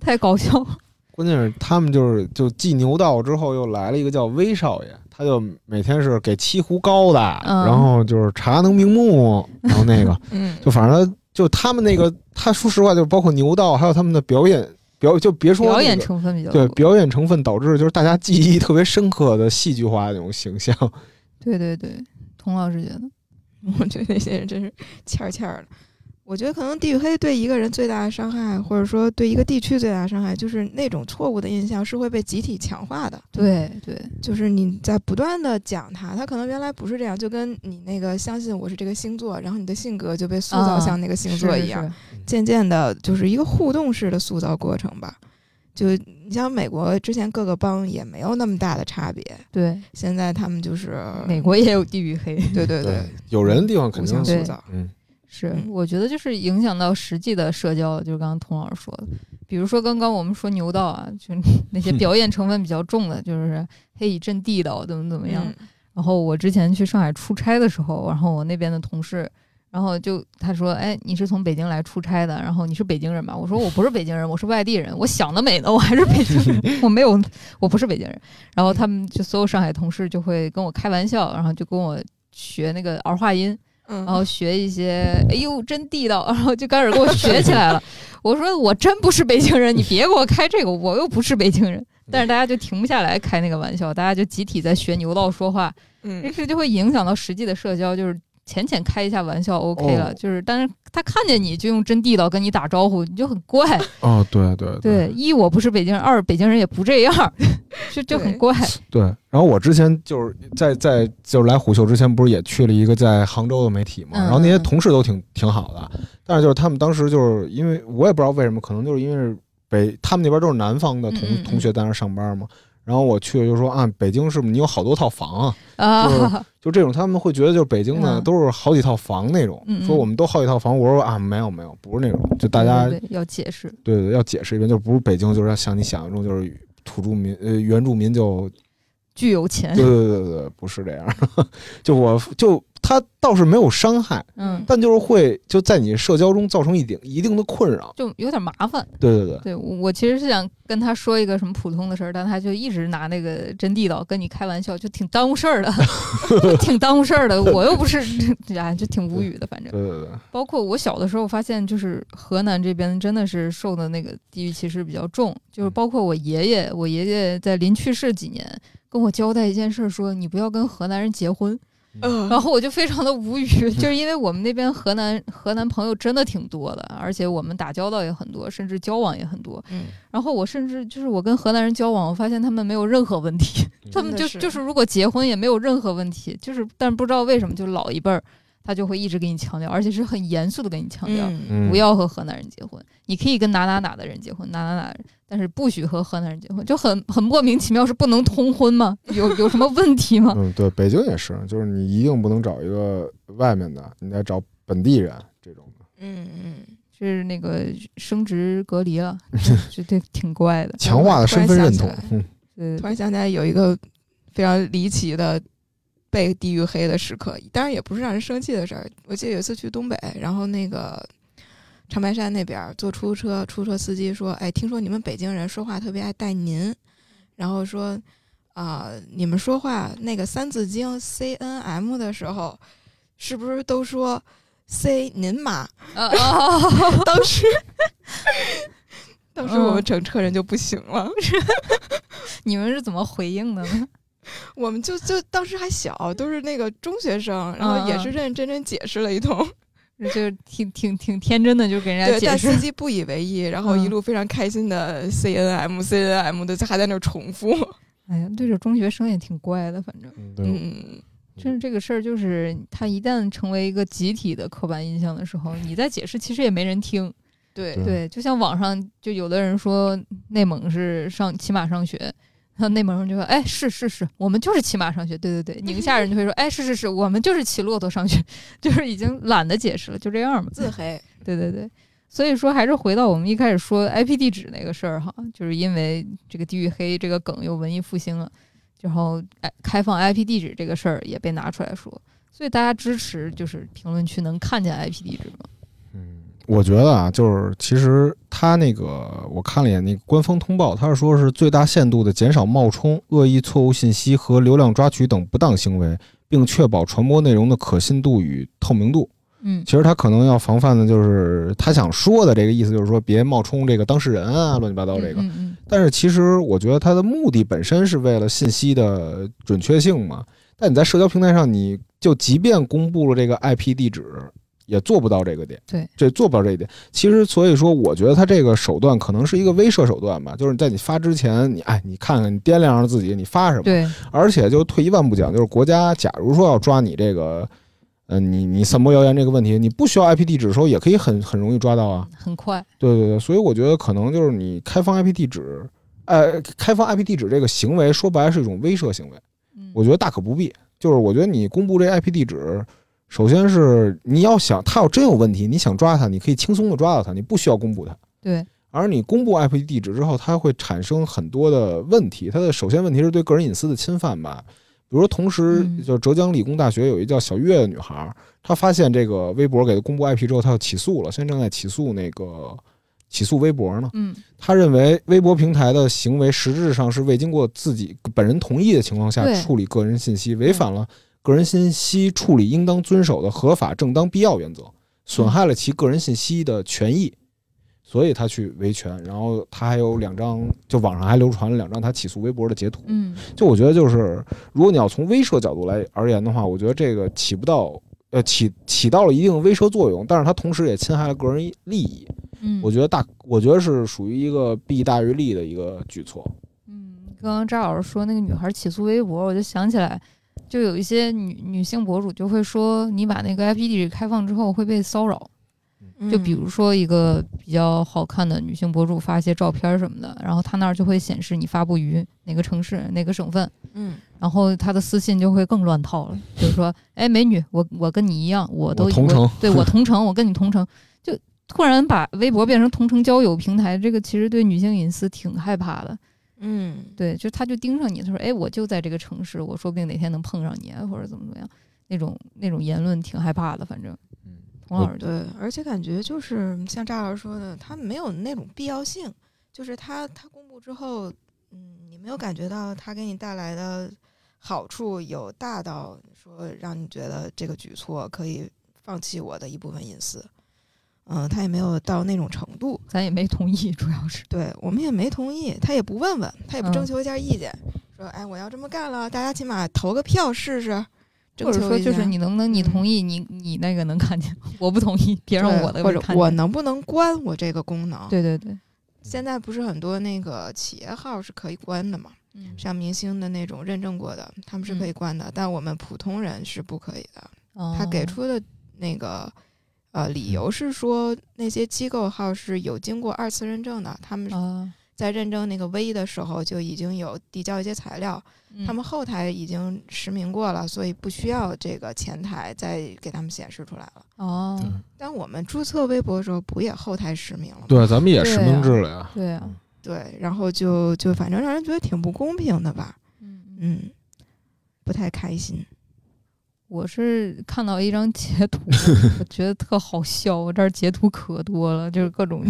S1: 太搞笑了。
S2: 关键是他们就是就继牛道之后又来了一个叫威少爷，他就每天是给沏壶高的，
S1: 嗯
S2: 然后就是茶能明目，然后那个
S3: 嗯，
S2: 就反正就他们那个，他说实话就包括牛道还有他们的表演表就别说、那个、
S1: 表演成分比较
S2: 对
S1: 多，
S2: 表演成分导致就是大家记忆特别深刻的戏剧化的那种形象，
S1: 对对对，童老师觉得，
S3: 我觉得那些人真是欠儿欠儿的。我觉得可能地域黑对一个人最大的伤害，或者说对一个地区最大的伤害，就是那种错误的印象是会被集体强化的。
S1: 对对，
S3: 就是你在不断的讲他，他可能原来不是这样，就跟你那个相信我是这个星座，然后你的性格就被塑造
S1: 啊
S3: 像那个星座
S1: 是是
S3: 一样。
S1: 是
S3: 渐渐的，就是一个互动式的塑造过程吧。就你像美国之前各个邦也没有那么大的差别，
S1: 对，
S3: 现在他们就是
S2: 嗯
S1: 美国也有地域黑。
S3: 对对对，，
S2: 有人的地方肯
S3: 互
S2: 定
S3: 相
S2: 是
S3: 塑
S1: 对
S3: 造。
S2: 嗯
S1: 是，
S3: 嗯
S1: 我觉得就是影响到实际的社交了，就是刚刚童老师说的，比如说刚刚我们说牛道啊，
S3: [LAUGHS]
S1: 就是那些表演成分比较重的，就是嘿以震地道，怎么怎么样。
S3: 嗯
S1: 然后我之前去上海出差的时候，然后我那边的同事，然后就他说：“哎，你是从北京来出差的，然后你是北京人吧？”我说：“我不是北京人，我是外地人。我想得美呢，我还是北京
S3: [LAUGHS]
S1: 人，我没有，我不是北京人。”然后他们就所有上海同事就会跟我开玩笑，然后就跟我学那个儿化音，
S3: 嗯，
S1: 然后学一些，哎呦，真地道，然后就开始给我学起来了。
S2: [LAUGHS]
S1: 我说我真不是北京人，你别给我开这个，我又不是北京
S2: 嗯
S1: 人。但是大家就停不下来开那个玩笑，大家就集体在学牛道说话，
S3: 嗯
S1: 这就会影响到实际的社交，就是浅浅开一下玩笑 OK 了，
S2: 哦
S1: 就是但是他看见你就用真地道跟你打招呼，你就很怪。
S2: 哦，对对
S1: 对，一我不是北京人，二北京人也不这样， [LAUGHS] 就就很
S3: 对
S1: 怪。
S2: 对，然后我之前就是在在就是来虎嗅之前，不是也去了一个在杭州的媒体嘛，
S1: 嗯
S2: 然后那些
S1: 嗯
S2: 同事都挺挺好的，但是就是他们当时就是因为我也不知道为什么，可能就是因为是北他们那边都是南方的同
S1: 嗯嗯嗯
S2: 同学在那儿上班嘛，然后我去了就说啊，北京是不是你有好多套房啊？
S1: 啊，
S2: 就这种他们会觉得就是北京呢
S1: 嗯
S2: 都是好几套房那种
S1: 嗯，嗯
S2: 说我们都好几套房，我说啊没有没有，不是那种，就大家
S1: 对对对要解释，
S2: 对对要解释一遍，就不是北京就是要像你想象中就是土著民呃原住民就
S1: 巨有 [LAUGHS] 钱，
S2: 对对对对，不是这样。 [LAUGHS] 就我就他倒是没有伤害，
S1: 嗯，
S2: 但就是会就在你社交中造成一定一定的困扰。
S1: 就有点麻烦。
S2: 对对对，
S1: 对我我其实是想跟他说一个什么普通的事儿，但他就一直拿那个真地道跟你开玩笑，就挺耽误事儿的，就挺耽误事儿的。我又不是， [LAUGHS] 哎，就挺无语的。反正，
S2: 对对对，
S1: 包括我小的时候发现，就是河南这边真的是受的那个地域歧视比较重，就是包括我爷爷，我爷爷在临去世几年跟我交代一件事儿，说你不要跟河南人结婚。
S3: 呃
S1: 然后我就非常的无
S3: [LAUGHS]
S1: 语，就是因为我们那边河南河南朋友真的挺多的，而且我们打交道也很多，甚至交往也很多。
S3: 嗯，
S1: 然后我甚至就是我跟河南人交往，我发现他们没有任何问题， [LAUGHS] 他们
S3: 真的
S1: 就是就是如果结婚也没有任何问题，就是但不知道为什么就老一辈儿他就会一直给你强调，而且是很严肃的给你强调。
S3: 嗯
S2: 嗯
S1: 不要和河南人结婚，你可以跟哪哪哪的人结婚，哪哪哪的人，但是不许和河南人结婚，就很很莫名其妙，是不能通婚吗？有有什么问题吗？
S2: 嗯，对，北京也是，就是你一定不能找一个外面的，你得找本地人这种的，
S3: 嗯嗯，
S1: 是那个升职隔离
S2: [LAUGHS]
S1: 了，这这挺怪的。
S2: 强化了身份认同
S3: 突然想。
S2: 嗯，
S1: 啊对
S3: 突然想起来有一个非常离奇的被地域黑的时刻，当然也不是让人生气的事儿。我记得有一次去东北，然后那个长白山那边儿坐出租车，出租车司机说：“哎，听说你们北京人说话特别爱带您，然后说啊、你们说话那个三字经 C N M 的时候，是不是都说 C 您妈？”
S1: [LAUGHS] 啊啊！
S3: [LAUGHS] 当时。嗯当时我们整车人就不行了，
S1: 你们是怎么回应的呢？
S3: [LAUGHS] 我们就就当时还小，都是那个中学生，然后也是认认真真解释了一 [LAUGHS] 通，
S1: 就挺挺挺天真的，就给人家
S3: 对，
S1: 解
S3: 但
S1: 释
S3: 司。机不以为意，然后一路非常开心的 C N M C N M 的还在那儿重复，
S1: 哎呀，对着中学生也挺怪的，反正
S2: 嗯对
S3: 嗯，
S1: 真是这个事儿，就是他一旦成为一个集体的刻板印象的时候，你再解释其实也没人听。
S3: 对
S2: 对
S1: 对，就像网上就有的人说内蒙是上骑马上学，然后内蒙人就说：“哎，是是是，我们就是骑马上学。”对对对，宁夏人就会说：“哎，是是是，我们就是骑骆驼上学。” [LAUGHS] 就是已经懒得解释了，就这样吧。
S3: 自黑，
S1: 对对对，所以说还是回到我们一开始说 IP 地址那个事儿哈，就是因为这个地域黑这个梗又文艺复兴了，然后哎开放 IP 地址这个事儿也被拿出来说，所以大家支持就是评论区能看见 IP 地址吗？
S2: 嗯，我觉得啊，就是其实他那个，我看了一眼那个官方通报，他是说是最大限度的减少冒充、恶意错误信息和流量抓取等不当行为，并确保传播内容的可信度与透明度。
S1: 嗯
S2: 其实他可能要防范的就是他想说的这个意思，就是说别冒充这个当事人啊，乱七八糟这个。
S1: 嗯嗯
S2: 但是其实我觉得它的目的本身是为了信息的准确性嘛。但你在社交平台上，你就即便公布了这个 IP 地址，也做不到这个点。
S1: 对，
S2: 这做不到这一点。其实所以说，我觉得它这个手段可能是一个威慑手段吧，就是在你发之前，你哎，你看看，你掂量着自己，你发什么。
S1: 对，
S2: 而且就退一万步讲，就是国家假如说要抓你这个。呃，你你散播谣言这个问题，你不需要 IP 地址的时候，也可以很很容易抓到啊。
S1: 很快，
S2: 对对对，所以我觉得可能就是你开放 IP 地址，呃，开放 IP 地址这个行为，说白了是一种威慑行为，
S1: 嗯
S2: 我觉得大可不必。就是我觉得你公布这 IP 地址，首先是你要想他要真有问题，你想抓他，你可以轻松的抓到他，你不需要公布他。
S1: 对
S2: 而你公布 IP 地址之后，它会产生很多的问题。它的首先问题是对个人隐私的侵犯吧，比如说，同时
S1: 嗯
S2: 就是浙江理工大学有一叫小月的女孩儿，她发现这个微博给她公布 IP 之后，她要起诉了，现在正在起诉那个起诉微博呢。
S1: 嗯
S2: 她认为微博平台的行为实质上是未经过自己本人同意的情况下
S1: 对嗯
S2: 处理个人信息，违反了个人信息处理应当遵守的合法、正当、必要原则，损害了其个人信息的权益，所以她去维权。然后她还有两张，就网上还流传了两张她起诉微博的截图。
S1: 嗯
S2: 就我觉得，就是如果你要从威慑角度来而言的话，我觉得这个起不到呃起起到了一定威慑作用，但是它同时也侵害了个人利益。
S1: 嗯，
S2: 我觉得大，我觉得是属于一个弊大于利的一个举措。
S1: 嗯，刚刚张老师说那个女孩起诉微博，我就想起来，就有一些女女性博主就会说，你把那个 IP 地址开放之后会被骚扰。
S3: 嗯
S1: 就比如说一个比较好看的女性博主发一些照片什么的，然后她那儿就会显示你发布于哪个城市、哪个省份，
S3: 嗯，
S1: 然后她的私信就会更乱套了，就是说，哎，美女，我我跟你一样，我都
S2: 我同城
S1: 我对我同城，我跟你同城，就突然把微博变成同城交友平台，这个其实对女性隐私挺害怕的。
S3: 嗯嗯，
S1: 对，就他就盯上你，他说：“哎，我就在这个城市，我说不定哪天能碰上你，啊，或者怎么怎么样。”那种那种言论挺害怕的，反正
S2: 嗯，
S1: 童老师就
S3: 对，而且感觉就是像赵老师说的，他没有那种必要性，就是他他公布之后，嗯，你没有感觉到他给你带来的好处有大到说让你觉得这个举措可以放弃我的一部分隐私，嗯，他也没有到那种程度，
S1: 咱也没同意，主要是
S3: 对我们也没同意，他也不问问，他也不征
S1: 嗯
S3: 求一下意见，说哎，我要这么干了，大家起码投个票试试，
S1: 或者
S3: 征求
S1: 说
S3: 一
S1: 就是
S3: 下
S1: 你能不能你
S3: 嗯
S1: 同意你你那个能看见，我不同意，别让
S3: 对
S1: 我的
S3: 或
S1: 被
S3: 者
S1: 看
S3: 我
S1: 见。
S3: 能不能关我这个功能？
S1: 对对对，
S3: 现在不是很多那个企业号是可以关的嘛，
S1: 嗯
S3: 像明星的那种认证过的，他们是可以关的，但我们普通人是不可以的。
S1: 嗯
S3: 他
S1: 哦
S3: 给出的那个呃理由是说，那些机构号是有经过二次认证的，他们
S1: 啊，
S3: 在认证那个 V 的时候就已经有递交一些材料，
S1: 嗯
S3: 他们后台已经实名过了，所以不需要这个前台再给他们显示出来了。
S1: 哦，
S3: 但我们注册微博的时候，不也后台实名了吗？
S2: 对，咱们也
S1: 对
S2: 实
S1: 实
S2: 名
S1: 名
S2: 制
S1: 制
S2: 了呀。
S1: 对啊，
S3: 对，然后就就反正让人觉得挺不公平的吧，
S1: 嗯嗯，
S3: 嗯，不太开心。
S1: 我是看到一张截图，我觉得特好笑，我这儿截图可多了，就是各种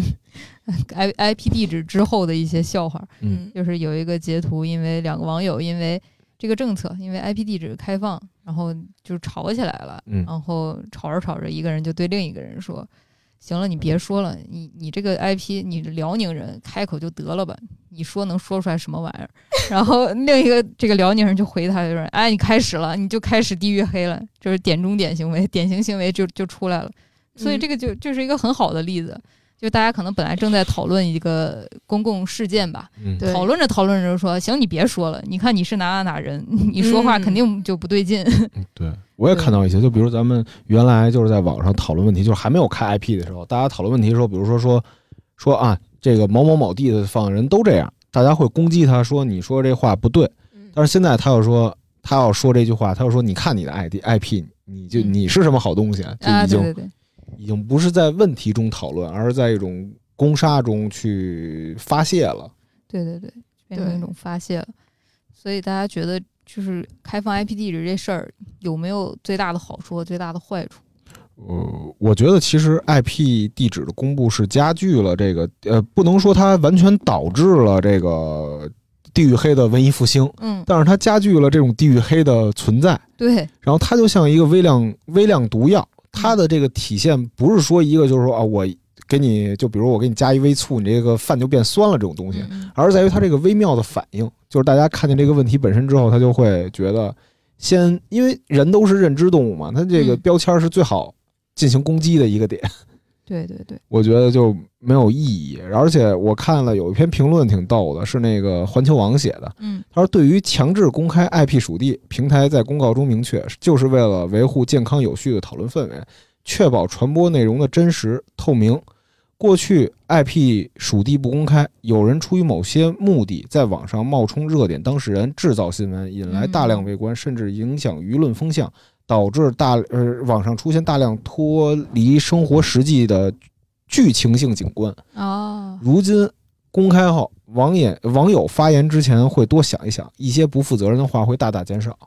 S1: [LAUGHS] i i p 地址之后的一些笑话。
S2: 嗯
S1: 就是有一个截图，因为两个网友因为这个政策，因为 IP 地址开放，然后就吵起来了。
S2: 嗯
S1: 然后吵着吵着，一个人就对另一个人说：“行了，你别说了，你你这个 IP，你辽宁人开口就得了吧，你说能说出来什么玩意儿？” [LAUGHS] 然后另一个这个辽宁人就回他，就说：“哎，你开始了，你就开始地域黑了，就是点中点行为，典型行为就就出来了。”所以
S3: 嗯
S1: 这个就就是一个很好的例子。就大家可能本来正在讨论一个公共事件吧，
S2: 嗯，
S3: 对
S1: 讨论着讨论着就说：“行，你别说了，你看你是哪哪哪人， [LAUGHS] 你说话肯定就不对
S2: [LAUGHS]
S1: 劲。
S2: 对，我也看到一些，就比如咱们原来就是在网上讨论问题，就是还没有开 IP 的时候，大家讨论问题的时候，比如说说说啊，这个某某某地的放人都这样，大家会攻击他说你说这话不对，
S3: 嗯
S2: 但是现在他又说他要说这句话，他又说你看你的 ID IP，你就
S1: 嗯
S2: 你是什么好东西，就
S1: 啊，对
S2: 已经
S1: 对对，
S2: 已经不是在问题中讨论，而是在一种攻杀中去发泄了。
S1: 对对对，变成
S3: 对
S1: 一种发泄了。所以大家觉得，就是开放 IP 地址这事儿有没有最大的好处和最大的坏处？
S2: 呃，我觉得其实 IP 地址的公布是加剧了这个，呃，不能说它完全导致了这个地域黑的文艺复兴，
S1: 嗯，
S2: 但是它加剧了这种地域黑的存在。
S1: 对，
S2: 然后它就像一个微量微量毒药，它的这个体现不是说一个就是说啊，我给你就比如我给你加一微醋，你这个饭就变酸了这种东西，
S1: 嗯嗯
S2: 而是在于它这个微妙的反应，就是大家看见这个问题本身之后，他就会觉得先，因为人都是认知动物嘛，它这个
S1: 嗯
S2: 标签是最好进行攻击的一个点，
S1: 对对对，
S2: 我觉得就没有意义。而且我看了有一篇评论挺逗的，是那个环球网写的，
S1: 嗯
S2: 他说对于强制公开 IP 属地，平台在公告中明确，就是为了维护健康有序的讨论氛围，确保传播内容的真实透明。过去 IP 属地不公开，有人出于某些目的在网上冒充热点当事人，制造新闻，引来大量围观，甚至影响舆论风向，导致大呃网上出现大量脱离生活实际的剧情性景观。
S1: 啊，
S2: 如今公开后，网友网友发言之前会多想一想，一些不负责任的话会大大减少。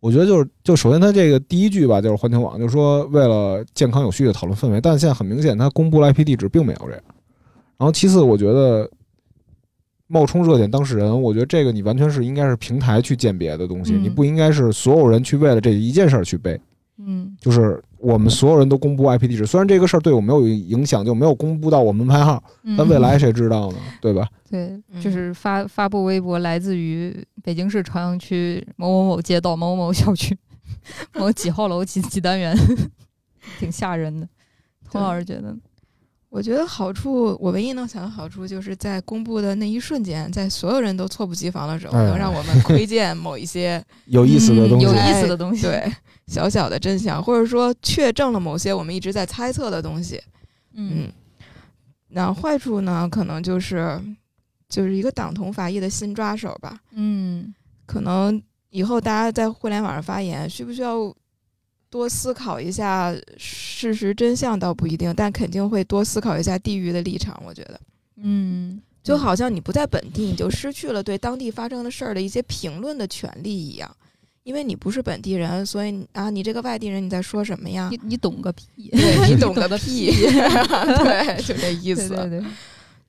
S2: 我觉得就是，就首先它这个第一句吧，就是环球网就说为了健康有序的讨论氛围，但现在很明显，它公布了 IP 地址并没有这样。然后其次，我觉得冒充热点当事人，我觉得这个你完全是应该是平台去鉴别的东西，
S1: 嗯
S2: 你不应该是所有人去为了这一件事儿去背。
S1: 嗯
S2: 就是我们所有人都公布 IP 地址，虽然这个事儿对我没有影响，就没有公布到我门牌号，
S1: 嗯，
S2: 但未来谁知道呢？对吧？
S1: 对，
S3: 嗯
S1: 就是发发布微博来自于北京市朝阳区某某某街道某某某小区， [LAUGHS] 某几号楼几几单元， [LAUGHS] 挺吓人的。童老师觉得呢，
S3: 我觉得好处，我唯一能想的好处，就是在公布的那一瞬间，在所有人都猝不及防的时候，
S2: 哎
S3: 能让我们窥见某一些
S2: 有意思的 [LAUGHS]
S1: 嗯
S2: 东西
S1: 有，意思的东西，
S3: 哎对小小的真相，或者说确证了某些我们一直在猜测的东西。
S1: 嗯
S3: 嗯，那坏处呢，可能就是就是一个党同伐异的新抓手吧。
S1: 嗯
S3: 可能以后大家在互联网上发言，需不需要多思考一下事实真相倒不一定，但肯定会多思考一下地域的立场。我觉得，
S1: 嗯，
S3: 就好像你不在本地，你就失去了对当地发生的事儿的一些评论的权利一样。因为你不是本地人，所以你啊，你这个外地人你在说什么呀
S1: 你？你懂个屁，
S3: 啊对你
S1: 懂
S3: 懂
S1: [LAUGHS]
S3: 个
S1: 个
S3: 屁，对，就这意
S1: [LAUGHS] 对
S3: 思。
S1: 对对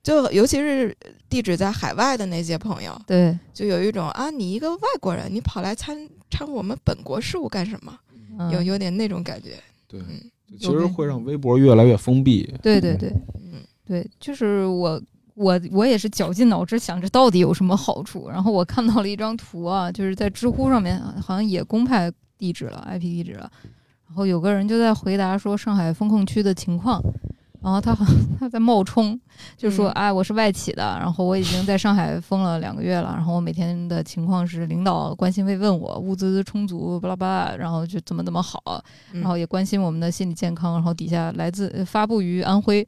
S3: 就尤其是地址在海外的那些朋友，
S1: 对，
S3: 就有一种啊，你一个外国人，你跑来参掺和我们本国事务干什么？
S1: 嗯
S3: 有有点那种感觉。
S2: 对，
S3: 嗯
S2: 其实会让微博越来越封闭。
S1: 对对对
S3: 嗯，
S1: 对，就是我我我也是绞尽脑汁想着到底有什么好处，然后我看到了一张图啊，就是在知乎上面啊好像也公派地址了，IP 地址了，然后有个人就在回答说上海封控区的情况。然后他好像他在冒充，就说
S3: 嗯
S1: 哎，我是外企的，然后我已经在上海封了两个月了，然后我每天的情况是领导关心慰问我，物资充足，巴拉巴拉，然后就怎么怎么好，
S3: 嗯
S1: 然后也关心我们的心理健康，然后底下来自呃发布于安 [LAUGHS] 徽，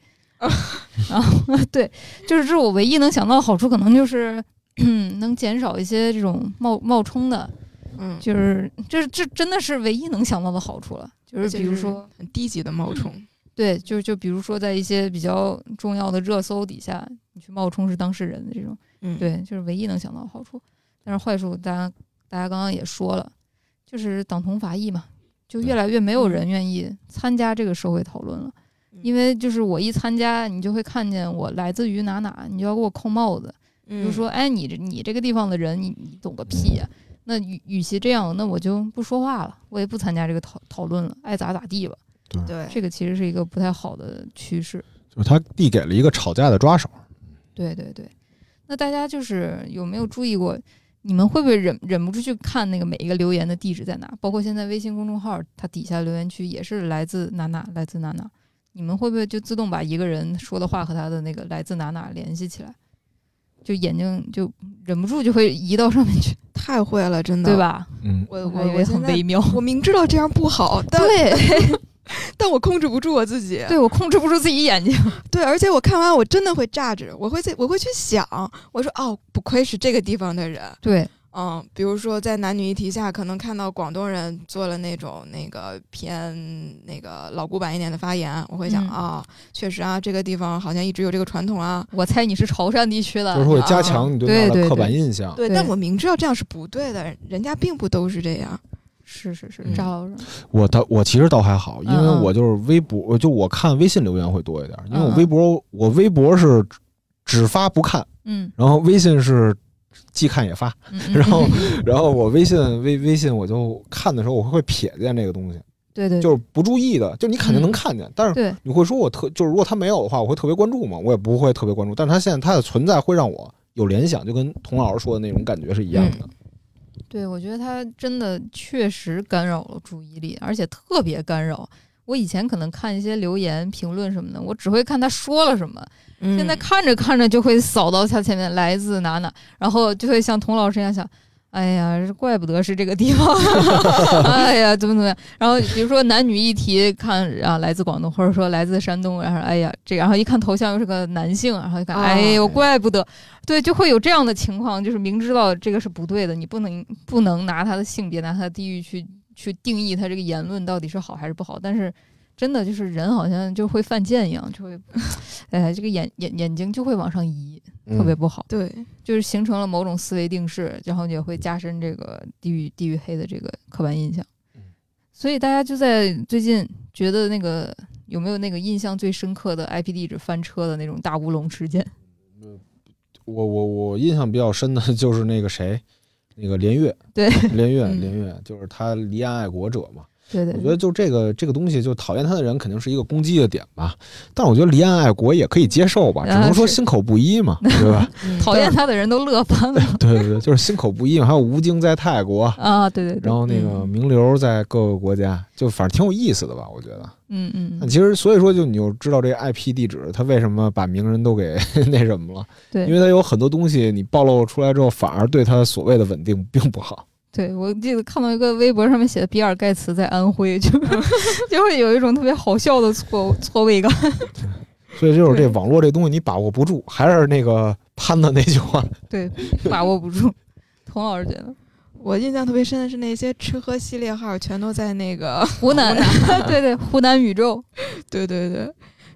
S1: 然后呃对，就是这是我唯一能想到的好处，可能就是。 [CLEARS THROAT] 嗯能减少一些这种冒冒充的，
S3: 嗯，
S1: 就是这这真的是唯一能想到的好处了。就是比如说，
S3: 很低级的冒充，
S1: 对，就就比如说在一些比较重要的热搜底下，你去冒充是当事人的这种，
S3: 嗯，
S1: 对，就是唯一能想到的好处。但是坏处，大家大家刚刚也说了，就是党同伐异嘛，就越来越没有人愿意参加这个社会讨论了，
S3: 嗯
S1: 因为就是我一参加，你就会看见我来自于哪哪，你就要给我扣帽子，
S3: 嗯，嗯
S1: 比如说，哎，你这你这个地方的人，你你懂个屁呀、那与与其这样，那我就不说话了，我也不参加这个讨讨论了，爱咋咋地吧。
S3: 对，
S1: 这个其实是一个不太好的趋势。
S2: 就是他递给了一个吵架的抓手，
S1: 对对对，那大家就是有没有注意过，你们会不会忍忍不住去看那个每一个留言的地址在哪？包括现在微信公众号，它底下留言区也是来自哪哪，来自哪哪。你们会不会就自动把一个人说的话和他的那个来自哪哪联系起来？就眼睛就忍不住就会移到上面去，
S3: 太会了，真的，
S1: 对？吧？
S2: 嗯，
S3: 我
S1: 还以
S3: 我
S1: 为
S3: 我
S1: 很
S3: 现
S1: 微
S3: 在 [LAUGHS]
S1: 妙。
S3: 我明知道这样不好，但 [LAUGHS]
S1: 对
S3: 但我控制不住我自己。
S1: 对，我控制不住自己
S3: [LAUGHS]
S1: 眼睛。
S3: 对，而且我看完我真的会榨汁，我会在我会去想，我说哦，不愧是这个地方的人。
S1: 对，
S3: 嗯，比如说在男女一题下，可能看到广东人做了那种那个偏那个老古板一点的发言，我会想
S1: 嗯
S3: 啊、确实啊，这个地方好像一直有这个传统啊。
S1: 我猜你是潮汕地区的，
S2: 就是会加强你对他
S1: 对对
S2: 的
S1: 对
S2: 刻板印象。
S3: 对，
S1: 对
S3: 但我明知道这样是不对的，人家并不都是这样。
S1: 是是是，
S2: 嗯
S1: 赵老师，
S2: 我倒我其实倒还好，因为
S1: 嗯嗯
S2: 我就是微博，我就我看微信留言会多一点，因为我
S1: 嗯嗯
S2: 微博我微博是只只发不看，
S1: 嗯，
S2: 然后微信是既看也发，
S1: 嗯嗯
S2: 然后然后我微信微微信我就看的时候我会瞥见这个东西，
S1: 对对，
S2: 就是不注意的，就你肯定
S1: 嗯
S2: 能看见，但是
S1: 对
S2: 你会说我特就是如果他没有的话，我会特别关注吗？我也不会特别关注，但是他现在他的存在会让我有联想，就跟童老师说的那种感觉是一样的。
S1: 对，我觉得它真的确实干扰了注意力，而且特别干扰。我以前可能看一些留言、评论什么的，我只会看他说了什么。
S3: 嗯
S1: 现在看着看着就会扫到他前面来自哪哪，然后就会像童老师一样想，哎呀，这怪不得是这个地方，哎呀，怎么怎么样。然后比如说男女一提，看啊来自广东，或者说来自山东，然后哎呀这个，然后一看头像又是个男性，然后一看，
S3: 啊
S1: 哎呦，怪不得，对，就会有这样的情况，就是明知道这个是不对的，你不能不能拿他的性别、拿他的地域去去定义他这个言论到底是好还是不好，但是。真的就是人好像就会犯贱一样，就会，哎，这个眼眼眼睛就会往上移，
S2: 嗯
S1: 特别不好，
S3: 对，
S1: 就是形成了某种思维定式，然后也会加深这个地域地域黑的这个刻板印象
S2: 嗯。
S1: 所以大家就在最近觉得那个有没有那个印象最深刻的 IP 地址翻车的那种大乌龙事件？
S2: 我我我印象比较深的就是那个谁，那个连岳，
S1: 对
S2: [LAUGHS] 连岳
S3: 嗯
S2: 连岳，就是他离岸爱国者嘛。
S1: [LAUGHS] 对对，
S2: 我觉得就这个这个东西，就讨厌他的人肯定是一个攻击的点吧。但是我觉得离岸爱国也可以接受吧，只能说
S1: 啊是
S2: 心口不一嘛，对
S1: [LAUGHS]
S2: 吧？
S3: 嗯
S1: 讨厌他的人都乐翻了
S2: [LAUGHS] 对对对，就是心口不一嘛。还有吴京在泰国，
S1: 啊！对对对
S2: 然，后那个
S3: 嗯
S2: 名流在各个国家，就反正挺有意思的吧，我觉得。
S1: 嗯嗯
S2: 那，其实所以说，就你就知道这个 IP 地址，他为什么把名人都给 [LAUGHS] 那什么了，因
S1: 对
S2: 为他有很多东西你暴露出来之后，反而对他所谓的稳定 [LAUGHS] 并不好。
S1: 对，我记得看到一个微博上面写的比尔盖茨在安徽，
S2: [LAUGHS]
S1: 就是就会有一种特别好笑的错错位感。
S2: 所以就是这网络这东西你把握不住，还是那个潘的那句话，
S1: 对，把握不住。童老师觉得
S3: 我印象特别深的是那些吃喝系列号全都在那个， [LAUGHS]
S1: 湖南， [LAUGHS] 对对，湖南宇宙，
S3: 对对对，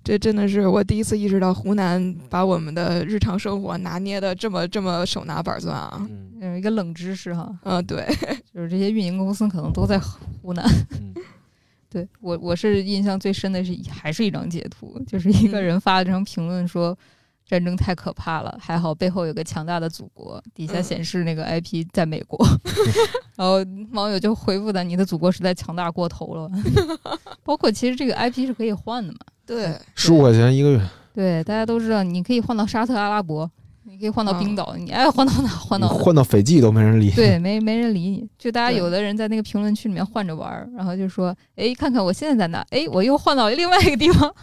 S3: 这真的是我第一次意识到湖南把我们的日常生活拿捏的这么这么手拿板钻啊。
S2: 嗯
S1: 有一个冷知识哈，
S3: 嗯，对， [LAUGHS]
S1: 就是这些运营公司可能都在湖南。
S2: 嗯
S1: 对我，我是印象最深的是一还是一张截图，就是一个
S3: 嗯
S1: 人发了这张评论说。战争太可怕了，还好背后有个强大的祖国。底下
S3: 嗯
S1: 显示那个 IP 在美国， [LAUGHS] 然后网友就回复他：“你的祖国实在强大过头了。” [LAUGHS] 包括其实这个 IP 是可以换的嘛？
S3: 对，
S2: 十五块钱一个月，
S1: 对，大家都知道，你可以换到沙特阿拉伯，你可以换到
S3: 嗯
S1: 冰岛，你爱换到哪换
S2: 你
S1: 到哪。
S2: 换到斐济都没人
S3: [LAUGHS]
S2: 理。
S1: 对，没没人理你，就大家
S3: 对
S1: 有的人在那个评论区里面换着玩儿，然后就说：“哎，看看我现在在哪？哎，我又换到另外一个地方。 [LAUGHS]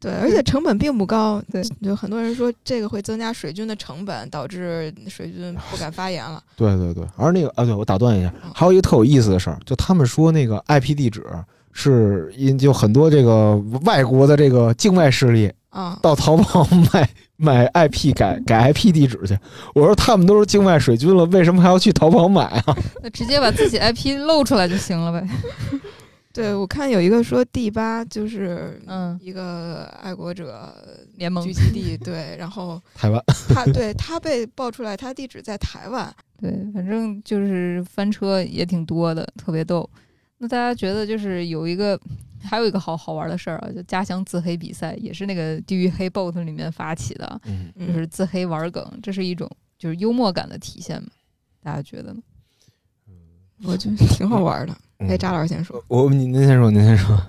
S3: 对，而且成本并不高。
S1: 对，
S3: 就很多人说这个会增加水军的成本，导致水军不敢发言了。
S2: 对对对，而那个啊，对我打断一下
S3: 嗯，
S2: 还有一个特有意思的事儿，就他们说那个 IP 地址是因就很多这个外国的这个境外势力
S3: 啊、
S2: 到淘宝 [LAUGHS] 买买 IP 改改 IP 地址去。我说他们都是境外水军了，为什么还要去淘宝买啊？”
S1: 那直接把自己 IP 露出来就行
S3: [LAUGHS]
S1: 了呗。
S3: 对我看有一个说第八就是
S1: 嗯，
S3: 一个爱国者
S1: 联盟
S3: 聚集地，对，然后
S2: 台湾
S3: 他对他被爆出来，他地址在台湾，
S1: 对，反正就是翻车也挺多的，特别逗。那大家觉得就是有一个，还有一个好好玩的事儿啊，就家乡自黑比赛，也是那个地狱黑 bot 里面发起的啊，
S2: 嗯，
S3: 嗯
S1: 就是自黑玩梗，这是一种就是幽默感的体现嘛？大家觉得呢？
S3: 我觉得挺好玩的。哎，
S2: 嗯
S3: 扎老师先说，
S2: 我您您先说，您先说。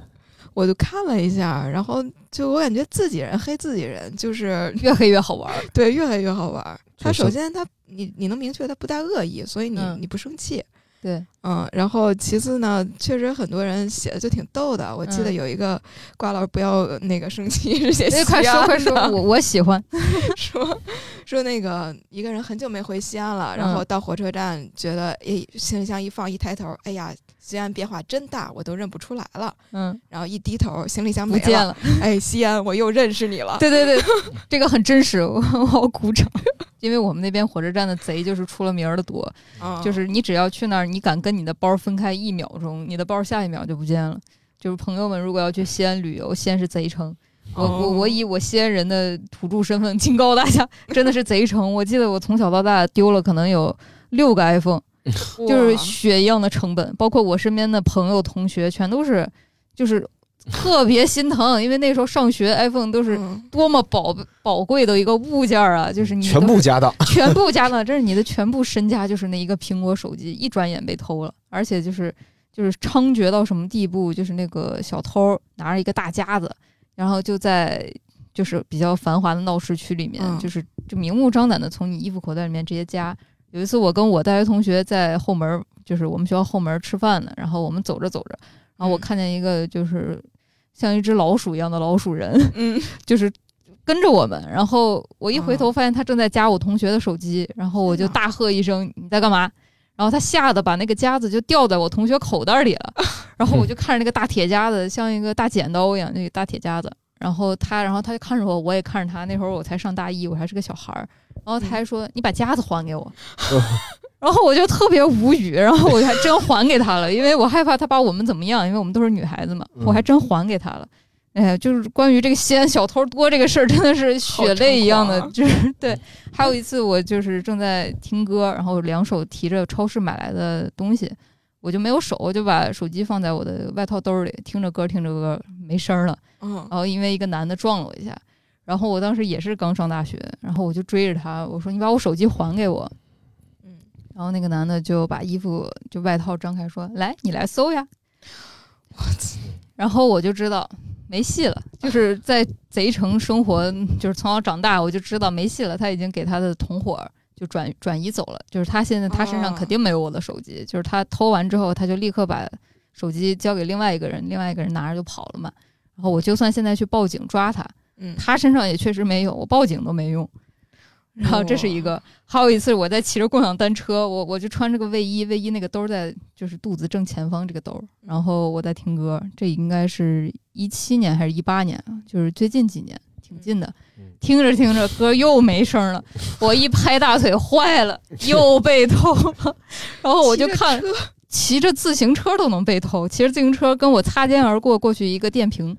S3: 我就看了一下，然后就我感觉自己人黑自己人，就是
S1: 越黑越好玩儿，
S3: 对越黑越好玩儿。他
S2: 就是
S3: 首先他你你能明确他不带恶意，所以你、
S1: 嗯
S3: 你不生气，
S1: 对，
S3: 嗯，然后其次呢，确实很多人写的就挺逗的。我记得
S1: 嗯
S3: 有一个瓜老师不要那个生气，
S1: [LAUGHS]
S3: 是写
S1: 哎，
S3: 西
S1: 快说
S3: 安
S1: 快说，
S3: 的
S1: 我我喜欢，
S3: [LAUGHS] 说说那个一个人很久没回西安了，
S1: 嗯
S3: 然后到火车站觉得诶行李箱一放一抬头，哎呀，西安变化真大，我都认不出来了。
S1: 嗯，
S3: 然后一低头，行李箱
S1: 不
S3: 没
S1: 见
S3: [LAUGHS] 了，
S1: 了，
S3: 哎，西安我又认识你了。
S1: 对对对，这个很真实， [LAUGHS] 我我要鼓掌，因为我们那边火车站的贼就是出了名儿的多，
S3: 嗯
S1: 就是你只要去那儿，你敢跟你的包分开一秒钟，你的包下一秒就不见了。就是朋友们，如果要去西安旅游，西安是贼城。
S3: 哦
S1: 我我我以我西安人的土著身份警告大家，真的是贼城。我记得我从小到大丢了可能有六个 iPhone，就是血一样的成本。包括我身边的朋友、同学，全都是就是特别心疼，因为那时候上学 iPhone 都
S3: 就是
S1: 多么宝宝贵的一个物件儿啊，就是你
S2: 全
S1: 都
S2: 部家
S3: [LAUGHS]
S2: 当，
S1: 全部加到，这是你的全部身家，就是那一个苹果手机，一转眼被偷了，而且就是就是猖獗到什么地步，就是那个小偷拿着一个大夹子，然后就在就是比较繁华的闹市区里面，
S3: 嗯
S1: 就是就明目张胆的从你衣服口袋里面直接夹。有一次，我跟我大学同学在后门儿，就是我们学校后门儿吃饭呢，然后我们走着走着，然后我
S3: 嗯
S1: 看见一个就是像一只老鼠一样的老鼠人， [LAUGHS]
S3: 嗯
S1: 就是跟着我们。然后我一回头
S3: 啊
S1: 发现他正在夹我同学的手机，然后我就
S3: 天哪
S1: 大喝一声：“你在干嘛？”然后他吓得把那个夹子就掉在我同学口袋里
S3: [LAUGHS]
S1: 了。然
S3: 嗯
S1: 后我就看着那个大铁夹子，像一个大剪刀一样，那个大铁夹子。然后他，然后他就看着我，我也看着他。那会儿我才上大一，我还是个小孩儿。然
S3: 嗯
S1: 后他还说：“你把夹子还给我。”
S3: 哦
S1: 然后我就特别无语，然后我还真还给他了，因为我害怕他把我们怎么样，因为我们都是女孩子嘛，
S2: 嗯
S1: 我还真还给他了。哎呀，就是关于这个西安小偷多这个事儿，真的是血泪一样的
S3: 好，猖啊嗯
S1: 就是 [LAUGHS] 对。还有一次，我就是正在听歌，然后两手提着超市买来的东西，我就没有手，我就把手机放在我的外套兜里，听着歌，听着歌，没声儿了。
S3: 嗯
S1: 然后因为一个男的撞了我一下，然后我当时也是刚上大学，然后我就追着他，我说：“你把我手机还给我。”
S3: 嗯
S1: 然后那个男的就把衣服就外套张开说：“来，你来搜呀。”然后我就知道没戏了，就是在贼城生活，就是从小长大，我就知道没戏了。他已经给他的同伙儿就转转移走了，就是他现在他身上
S3: 哦
S1: 肯定没有我的手机，就是他偷完之后，他就立刻把手机交给另外一个人，另外一个人拿着就跑了嘛。然后我就算现在去报警抓他，
S3: 嗯，
S1: 他身上也确实没有，我报警都没用。然后这是一个，还有一次我在骑着共享单车，我我就穿着个卫衣，卫衣那个兜儿在就是肚子正前方这个兜儿，然后我在听歌，这应该是一七年还是一八年，就是最近几年挺近的
S2: 嗯，
S1: 听着听着歌又没声
S3: [LAUGHS]
S1: 儿了，我一拍大腿坏了，又被偷了，然哦后我就看
S3: 骑着车
S1: 骑着自行车都能被偷，骑着自行车跟我擦肩而过，过去一个电瓶，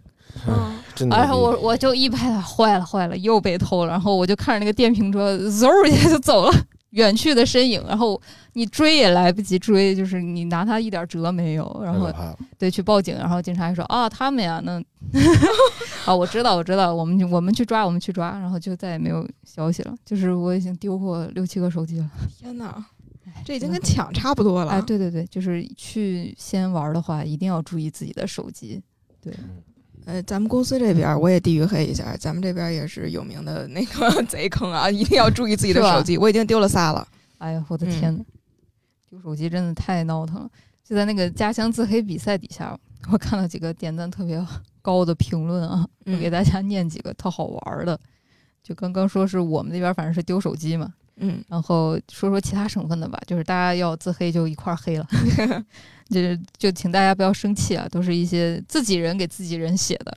S3: 嗯
S2: 真的。
S1: 然后哎我我就一拍它，坏了坏了，又被偷了。然后我就看着那个电瓶车，嗖一下 [LAUGHS] 就走了，远去的身影。然后你追也来不及追，就是你拿它一点辙没有。然
S2: 太
S1: 后
S2: 可怕了，
S1: 对，去报警。然后警察还说啊，他们呀，那 [LAUGHS] 啊，我知道我知道，我们就我们去抓，我们去抓。然后就再也没有消息了。就是我已经丢过六七个手机了，
S3: 天
S1: [LAUGHS]
S3: 哪，
S1: 哎
S3: 这已经
S1: 真的
S3: 跟
S1: 很
S3: 抢差不多了。
S1: 哎，，对对对，就是去西安玩的话，一定要注意自己的手机。
S3: 呃，咱们公司这边儿我也地域黑一下，咱们这边儿也是有名的那个 [LAUGHS] 贼坑啊，一定要注意自己的
S1: 是吧
S3: 手机。我已经丢了仨了，
S1: 哎呀，我的
S3: 嗯
S1: 天呐，丢手机真的太闹腾了！就在那个家乡自黑比赛底下，我看到几个点赞特别高的评论啊，我给
S3: 嗯
S1: 大家念几个特好玩儿的。就刚刚说是我们那边反正是丢手机嘛，
S3: 嗯，
S1: 然后说说其他省份的吧，就是大家要自黑就一块儿
S3: [LAUGHS]
S1: 黑了，就是就请大家不要生气啊，都是一些自己人给自己人写的。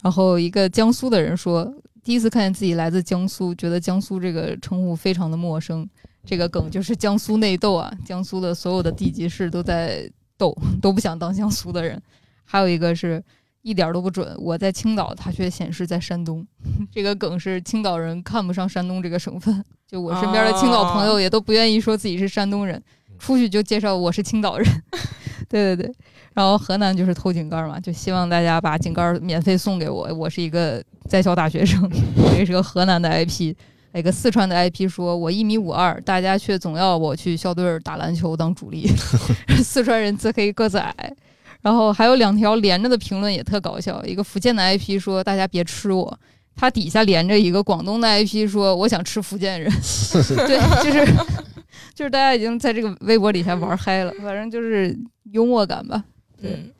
S1: 然后一个江苏的人说，第一次看见自己来自江苏，觉得江苏这个称呼非常的陌生。这个梗就是江苏内斗啊，江苏的所有的地级市都在斗，都不想当江苏的人。还有一个是一点儿都不准，我在青岛，它却显示在山东。 [LAUGHS] 这个梗是青岛人看不上山东这个省份，就我身边的青岛朋友也都不愿意说自己是山东人，出去就介绍我是青岛人。 [LAUGHS] 对对对，然后河南就是偷井盖嘛，就希望大家把井盖免费送给我，我是一个在校大学生， [LAUGHS] 我也是个河南的 IP。一个四川的 IP 说：“我一米五二，大家却总要我去校队儿打篮球当主
S2: [LAUGHS]
S1: 力。 [LAUGHS] 四川人自黑个子矮，然后还有两条连着的评论也特搞笑。一个福建的 IP 说：“大家别吃我。”他底下连着一个广东的 IP 说：“我想吃福建
S2: [LAUGHS]
S1: 人。” [LAUGHS] 对，就是就是大家已经在这个微博底下玩嗨了，反正就是幽默感吧。对
S3: 嗯，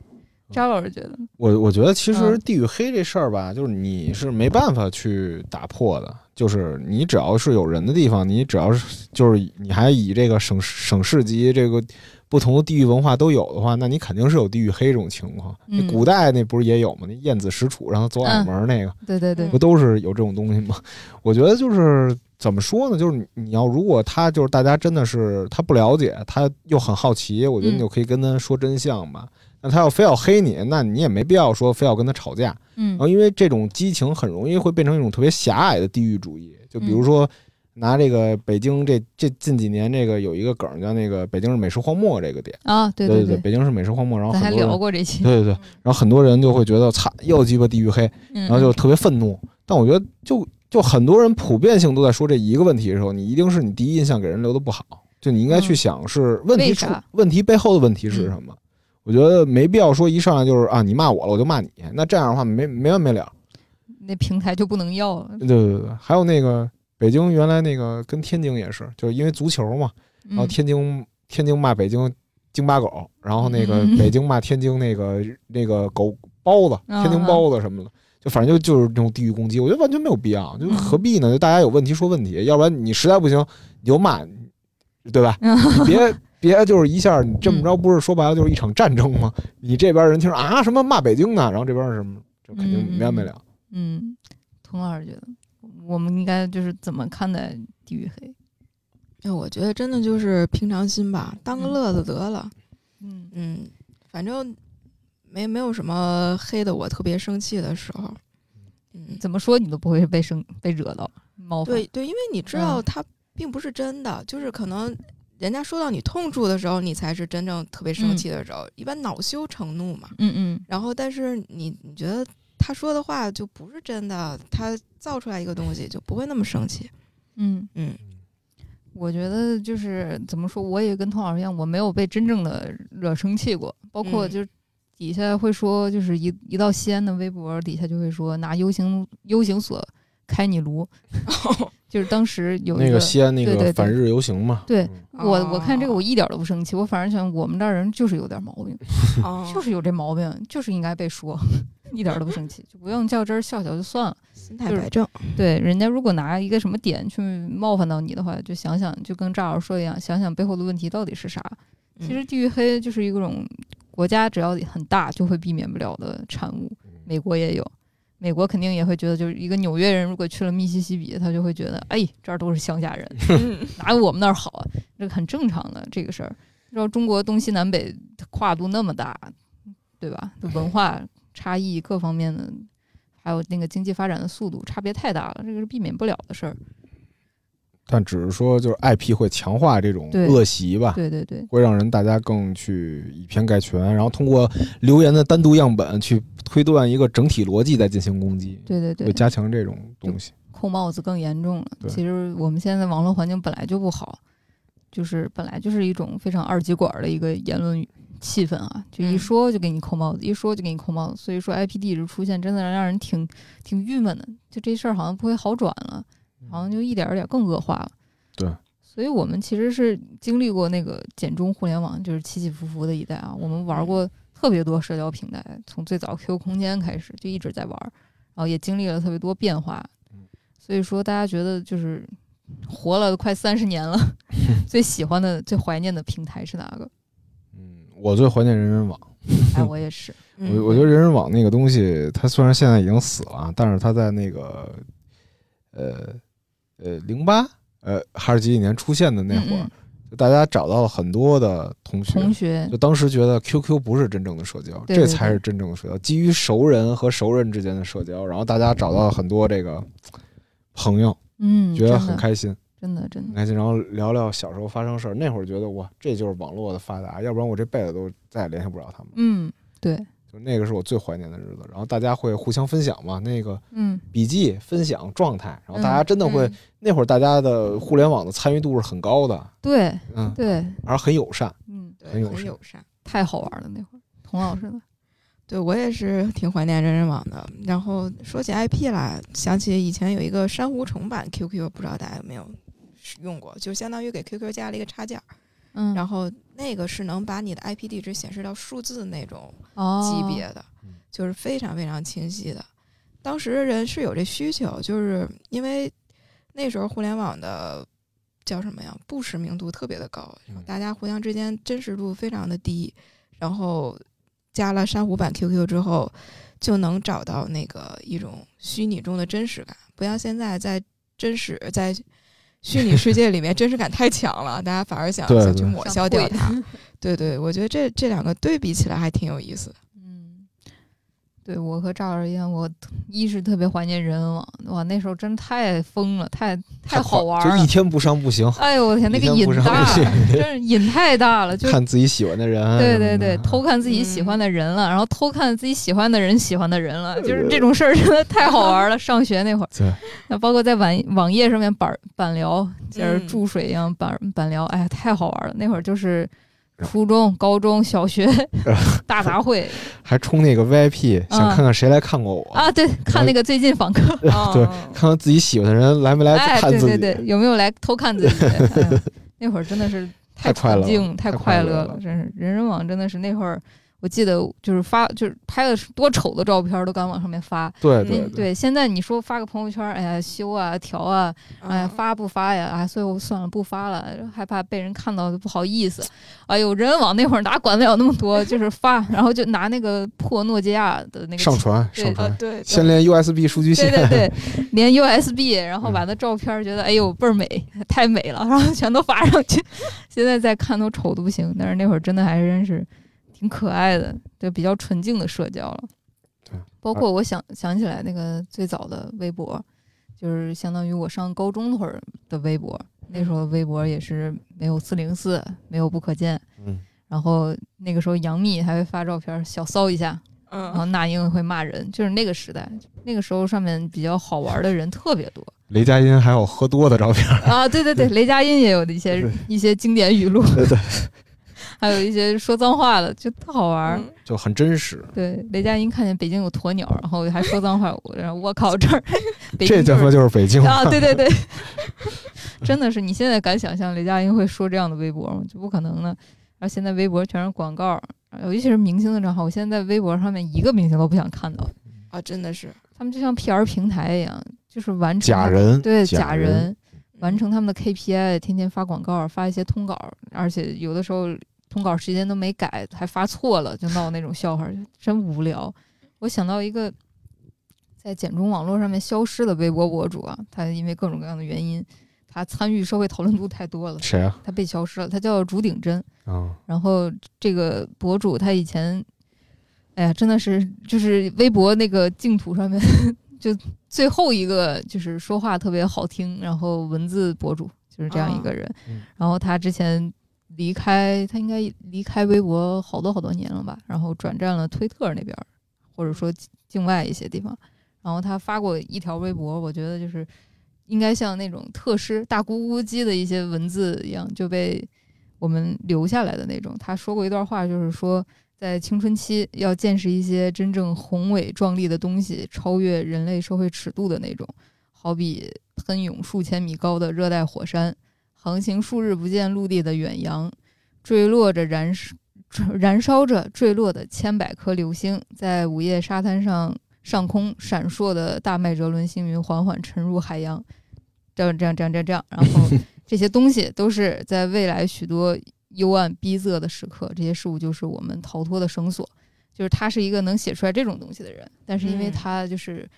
S1: 张老师觉得呢，
S2: 我我觉得其实
S1: 嗯
S2: 地域黑这事儿吧，就是你是没办法去打破的。就是你只要是有人的地方，你只要是就是你还以这个省省市级这个不同的地域文化都有的话，那你肯定是有地域黑这种情况。
S1: 嗯
S2: 古代那不是也有吗？那晏子使楚让他走矮门儿那个，
S1: 对对对
S2: 不，都是有这种东西吗？ [LAUGHS] 我觉得就是怎么说呢，就是你你要如果他就是大家真的是他不了解，他又很好奇，我觉得
S1: 嗯
S2: 你就可以跟他说真相嘛。那他要非要黑你，那你也没必要说非要跟他吵架。
S1: 嗯
S2: 然后因为这种激情很容易会变成一种特别狭隘的地域主义，就比
S1: 嗯
S2: 如说。拿这个北京这这近几年这个有一个梗儿叫那个北京是美食荒漠这个点，
S1: 啊，对
S2: 对
S1: 对，
S2: 北京是美食荒漠，然后
S1: 咱还
S2: 很多人
S1: 聊过嗯这期，
S2: 对对对，然后很多人就会觉得擦又鸡巴地域黑，
S1: 然
S2: 然后就特别愤怒。但我觉得就就很多人普遍性都在说这一个问题的时候，你一定是你第一印象给人留的不好，就你应该去
S1: 嗯
S2: 想是问
S1: 为
S2: 题出、
S1: 啥
S2: 问题背后的问题是
S1: 嗯
S2: 什么。我觉得没必要说一上来就是啊你骂我了我就骂你，那这样的话没没完没了。
S1: 嗯那平台就不能要了。
S2: 对对对对，还有那个北京原来那个跟天津也是，就是因为足球嘛，然
S1: [LAUGHS]
S2: 后
S1: 嗯
S2: 天津天津骂北京京巴狗，然后那个
S1: 嗯
S2: 北京骂天津那个那个狗包子，
S1: 嗯
S2: 天津包子什么的，就反正就就是这种地域攻击，我觉得完全没有必要，就
S1: 嗯
S2: 何必呢？就大家有问题说问题，要不然你实在不行你就骂，
S1: [LAUGHS]
S2: 对吧？你别。别就是一下，你这么着不是说白了就是一场战争吗？你这边人听着啊什么骂北京呢，然后这边是什么，就肯定没完没了。
S1: 嗯，童老师觉得我们应该就是怎么看待地域黑？
S3: 哎我觉得真的就是平常心吧，当个
S1: 嗯
S3: 乐子得了。
S1: 嗯
S3: 嗯，反正没没有什么黑的我特别生气的时候。嗯，
S1: 怎么说你都不会被生被惹到冒犯。
S3: 对对，因为你知道
S1: 嗯
S3: 它并不是真的，就是可能人家说到你痛处的时候，你才是真正特别生
S1: 嗯
S3: 气的时候。一般恼羞成怒嘛，
S1: 嗯嗯
S3: 然后但是你你觉得他说的话就不是真的，他造出来一个东西就不会那么生气。
S1: 嗯，
S3: 嗯
S1: 我觉得就是怎么说，我也跟童老师一样，我没有被真正的惹生气过，包括
S3: 嗯
S1: 就是底下会说，就是一一到西安的微博底下就会说拿 U 型 U 型锁开你颅，
S3: 哦
S1: 就是当时有一
S2: 那个西安那
S1: 对对
S2: 个
S1: 对
S2: 反日游行嘛，
S1: 对
S2: 嗯
S1: 我我看这个
S3: 哦
S1: 我一点都不生气，我反而觉得我们这儿人就是有点毛病，
S3: 哦
S1: 就是有这毛病，就是应该被说， [LAUGHS] 一点都不生气，就不用较真儿笑笑就算了。
S3: 心态
S1: 就是
S3: 摆正，
S1: 对，人家如果拿一个什么点去冒犯到你的话，就想想，就跟赵老师说一样，想想背后的问题到底是啥。
S3: 嗯
S1: 其实地域黑就是一种国家只要很大就会避免不了的产物，美国也有。美国肯定也会觉得，就是一个纽约人如果去了密西西比，他就会觉得，哎，这儿都是乡下人，
S3: 嗯
S1: 哪有我们那儿好啊？这个很正常的这个事儿。知道中国东西南北跨度那么大，对吧？文化差异各方面的，还有那个经济发展的速度差别太大了，这个是避免不了的事儿。
S2: 但只是说就是 IP 会强化这种
S1: 对
S2: 恶习吧，
S1: 对对对，
S2: 会让人大家更去以偏概全，然后通过留言的单独样本去推断一个整体逻辑，再进行攻击，
S1: 对对
S2: 会
S1: 对，
S2: 加强这种东西。
S1: 扣帽子更严重了。
S2: 对
S1: 其实我们现在网络环境本来就不好，就是本来就是一种非常二极管的一个言论气氛啊，就一
S3: 嗯
S1: 说就给你扣帽子，一说就给你扣帽子。所以说 IP 地址出现，真的让人挺挺郁闷的。就这事儿好像不会好转了，好像就一点儿一点儿更恶化了。
S2: 嗯对。
S1: 所以我们其实是经历过那个简中互联网，就是起起伏伏的一代啊。我们
S2: 嗯
S1: 玩过特别多社交平台，从最早 QQ 空间开始就一直在玩儿，然后也经历了特别多变化
S2: 嗯。
S1: 所以说，大家觉得就是活了快三十
S2: [LAUGHS]
S1: 年了，最喜欢的、最怀念的平台是哪个？
S2: 嗯，我最怀念人人网，
S1: 哎，我也
S2: [LAUGHS]
S1: 是。
S3: 嗯
S2: 我我觉得人人网那个东西，它虽然现在已经死了，但是它在那个呃呃零八呃还是几几年出现的那会儿
S1: 嗯，
S2: 就大家找到了很多的同学，
S1: 同学
S2: 啊就当时觉得 QQ 不是真正的社交，
S1: 对对
S2: 这才是真正的社交，基于熟人和熟人之间的社交，然后大家找到了很多这个朋友，
S1: 嗯，
S2: 觉
S1: 真的
S2: 得很开心，
S1: 真的真
S2: 很
S1: 的，
S2: 开心，然后聊聊小时候发生事儿，那会儿觉得哇，这就是网络的发达，要不然我这辈子都再也联系不了他们了。
S1: 嗯，对，
S2: 就那个是我最怀念的日子，然后大家会互相分享嘛，那个
S1: 嗯，
S2: 笔记分享状态，然后大家
S1: 嗯
S2: 真的会，
S1: 嗯
S2: 那会儿大家的互联网的参与度是很高的，
S1: 对
S2: 嗯，
S1: 对，
S2: 而很友善，
S1: 嗯，
S3: 对
S2: 很友
S3: 很
S2: 善
S3: 友善。
S1: 太好玩了那会儿，童老师呢？
S3: 对我也是挺怀念人人网的。然后说起 IP 啦，想起以前有一个珊瑚虫版 QQ，不知道大家有没有使用过？就相当于给 QQ 加了一个插件儿，
S1: 嗯，
S3: 然后那个是能把你的 IP 地址显示到数字那种
S1: 后
S3: 级别的，
S2: 嗯
S3: 就是非常非常清晰的。当时的人是有这需求，就是因为那时候互联网的叫什么呀，不实名度特别的高，
S2: 嗯
S3: 大家互相之间真实度非常的低。然后加了珊瑚版 QQ 之后，就能找到那个一种虚拟中的真实感，不像现在在真实在虚拟世界里面 [LAUGHS] 真实感太强了，大家反而想
S2: 对
S3: 想去
S2: 对
S3: 抹消掉它。对对，我觉得这这两个对比起来还挺有意思的。
S1: 嗯，对我和赵老师一样，我一是特别怀念人文网，哇，那时候真太疯了，太太好玩
S2: 就一
S1: 了。
S2: 天不上不行，
S1: 哎呦我天，那个
S2: 一天
S1: 瘾
S2: 不上
S1: 大
S2: 不，行，
S1: 真是瘾太大 [LAUGHS] 了，就
S2: 看自己喜欢的人啊，
S1: 对
S2: 什么
S1: 对
S2: 的
S1: 对，偷看自己喜欢的人了，然后偷看自己喜欢的人喜欢的人了， [LAUGHS] 就是这种事儿真的太好玩了。上学
S2: [LAUGHS]
S1: 那会儿，
S2: 对，
S1: [LAUGHS] 那包括在网网页上面板板聊，就是
S3: 嗯
S1: 注水一样板板聊，哎呀，太好玩了。那会儿就是
S2: 嗯
S1: 初中、高中小
S2: [LAUGHS]
S1: 学大杂烩
S2: 还充那个 VIP，想看看谁来看过我，
S1: 嗯啊，对，看那个最近访客，
S2: 对
S3: 哦
S2: 看看自己喜欢的人来没来
S1: 哎，
S2: 看
S1: 对
S2: 自己，
S1: 对对，有没有来偷看自
S2: [LAUGHS]
S1: 己？哎呀那会儿真的是
S2: 太快乐
S1: 纯净
S2: 了
S1: 太
S2: 太
S1: 快
S2: 快
S1: 乐
S2: 乐
S1: 了，
S2: 了
S1: 真是人人网真的是那会儿，我记得就是发就是拍的多丑的照片都敢往上面发。
S2: 对
S1: 那
S2: 对对，
S1: 嗯对，现在你说发个朋友圈，哎呀修啊调啊，哎呀
S3: 嗯
S1: 发不发呀？啊，所以我算了不发了，害怕被人看到不好意思。哎呦，人人网那会儿哪管得了那么多，就是发，然后就拿那个破诺基亚的那个
S2: 上传
S1: 对哦
S2: 上
S3: 啊
S2: 传，
S3: 对，
S2: 先连 USB 数据
S1: 对
S2: 线，
S1: 对
S2: [LAUGHS]
S1: 对，连 USB，然
S2: 嗯
S1: 后把那照片儿觉得哎呦倍儿美，太美了，然后全都发上去。 [LAUGHS] 现在再看都丑的不行，但是那会儿真的还真是挺可爱的，就比较纯净的社交了。
S2: 对，
S1: 包括我想想起来那个最早的微博，就是相当于我上高中那会儿的微博，那时候的微博也是没有四零四，没有不可见。
S2: 嗯，
S1: 然后那个时候杨幂还会发照片儿小骚一下，然后
S3: 嗯，
S1: 那英会骂人，就是那个时代，那个时候上面比较好玩的人特别
S2: [LAUGHS]
S1: 多
S2: 雷佳音还有喝多的照片， [LAUGHS]
S1: 啊！对对对，雷佳音也有的一些
S2: 对
S1: 一些经典语录，
S2: 对对，
S1: [LAUGHS] 还有一些说脏话的，就特好玩儿。
S3: 嗯
S2: 就很真实。
S1: 对，雷佳音看见北京有鸵鸟，然后还说脏话，我然后我靠，这
S2: [LAUGHS]
S1: 儿北京
S2: 这他
S1: 就是
S2: 妈就是北京
S1: 啊，对对对， [LAUGHS] 真的是，你现在敢想象雷佳音会说这样的微博吗？就不可能的。然后现在微博全是广告，尤其是明星的账号，我现在在微博上面一个明星都不想看到，
S3: 啊，真的是
S1: 他们就像 PR 平台一样，就是完成
S2: [LAUGHS] 假
S1: 他
S2: 人，
S1: 对
S2: 假
S1: 人
S2: 人，
S1: 完成他们的 KPI，天天发广告，发一些通稿，而且有的时候通稿时间都没改，还发错了，就闹那种笑话， [LAUGHS] 真无聊。我想到一个在简中网络上面消失的微博博主啊，他因为各种各样的原因，他参与社会讨论度太多了，
S2: 谁啊？
S1: 他被消失了。他叫竹顶真，
S2: 啊，
S1: 然后这个博主他以前，哎呀，真的是就是微博那个净土上面 [LAUGHS] 就最后一个就是说话特别好听，然后文字博主就是这样一个人。
S2: 嗯
S1: 然后他之前离开，他应该离开微博好多好多年了吧，然后转战了推特那边儿，或者说境外一些地方。然后他发过一条微博，我觉得就是应该像那种特师大咕咕鸡的一些文字一样，就被我们留下来的那种。他说过一段话，就是说在青春期要见识一些真正宏伟壮丽的东西，超越人类社会尺度的那种，好比喷涌数千米高的热带火山，航行数日不见陆地的远洋，坠落着燃烧。燃烧着坠落的千百颗流星，在午夜沙滩上上空闪烁的大麦哲伦星云缓缓沉入海洋，这样这样这样这样这样，然后这些东西都是在未来许多幽暗逼仄的时刻，这些事物就是我们逃脱的绳索。就是他是一个能写出来这种东西的人，但是因为
S3: 嗯
S1: 他就是、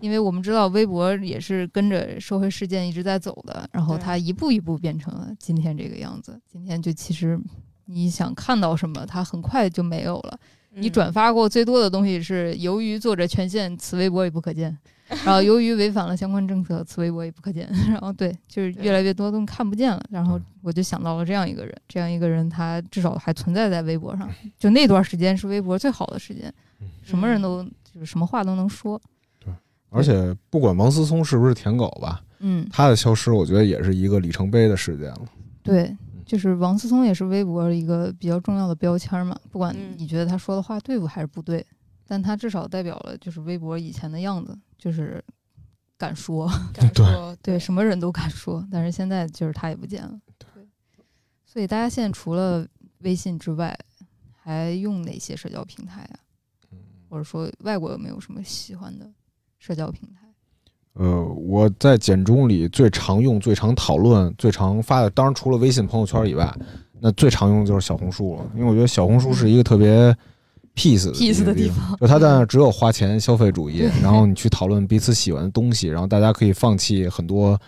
S1: 因为我们知道微博也是跟着社会事件一直在走的，然后
S3: 对
S1: 他一步一步变成了今天这个样子。今天就其实你想看到什么，它很快就没有了。你
S3: 嗯
S1: 转发过最多的东西是“由于作者权限，此微博已不可
S3: [LAUGHS]
S1: 见”，然后“由于违反了相关政策，此微博已不可见”， [LAUGHS] 然后对，就是
S3: 对
S1: 越来越多东西看不见了。然后
S2: 嗯
S1: 我就想到了这样一个人，这样一个人他至少还存在在微博上，就那段时间是微博最好的时间
S2: 嗯，
S1: 什么人都就是什么话都能说。
S2: 而且不管王思聪是不是舔狗吧，
S1: 嗯，
S2: 他的消失，我觉得也是一个里程碑的事件了。
S1: 对，
S2: 嗯
S1: 就是王思聪也是微博一个比较重要的标签儿嘛，不管
S3: 嗯
S1: 你觉得他说的话对不还是不对，但他至少代表了就是微博以前的样子，就是敢说。 [LAUGHS]
S3: 敢
S2: 对
S3: 说
S1: 对，什么人都敢说，但是现在就是他也不见了。对，所以大家现在除了微信之外，还用哪些社交平台啊？
S2: 嗯
S1: 或者说外国有没有什么喜欢的社交平台？
S2: 呃，我在简中里最常用、最常讨论、最常发的，当然除了微信朋友圈以外，那最常用的就是小红书了。因为我觉得小红书是一个特别 peace 的
S1: peace 的
S2: 地
S1: 地
S2: 方，
S1: 方，
S2: 就它在那儿只有花钱消费主义
S1: 对，
S2: 然后你去讨论彼此喜欢的东西，然后大家可以放弃很多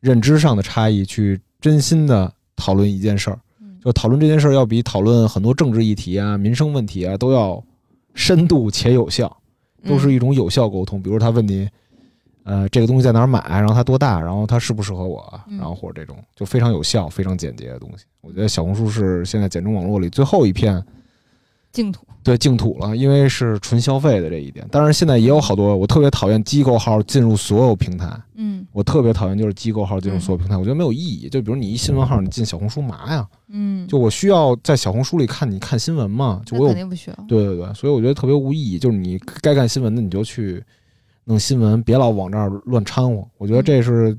S2: 认知上的差异，去真心的讨论一件事儿。
S1: 嗯
S2: 就讨论这件事儿，要比讨论很多政治议题啊、民生问题啊都要深度且有效。都是一种有效沟通。比如他问你，呃，这个东西在哪儿买，然后它多大，然后它适不适合我，啊
S1: 嗯
S2: 然后或者这种就非常有效、非常简洁的东西。我觉得小红书是现在简中网络里最后一片
S1: 净土。
S2: 对净土了，因为是纯消费的这一点。当然，现在也有好多我特别讨厌机构号进入所有平台，
S1: 嗯
S2: 我特别讨厌就是机构号进入所有平台，我觉得没有意义。就比如你一新闻号，你进小红书嘛呀？
S1: 嗯，
S2: 就我需要在小红书里看你看新闻吗？就
S1: 那
S2: 我有
S1: 肯定不需要。
S2: 对对对，所以我觉得特别无意义。就是你该干新闻的你就去弄新闻，别老往这儿乱掺和。
S1: 嗯
S2: 我觉得这是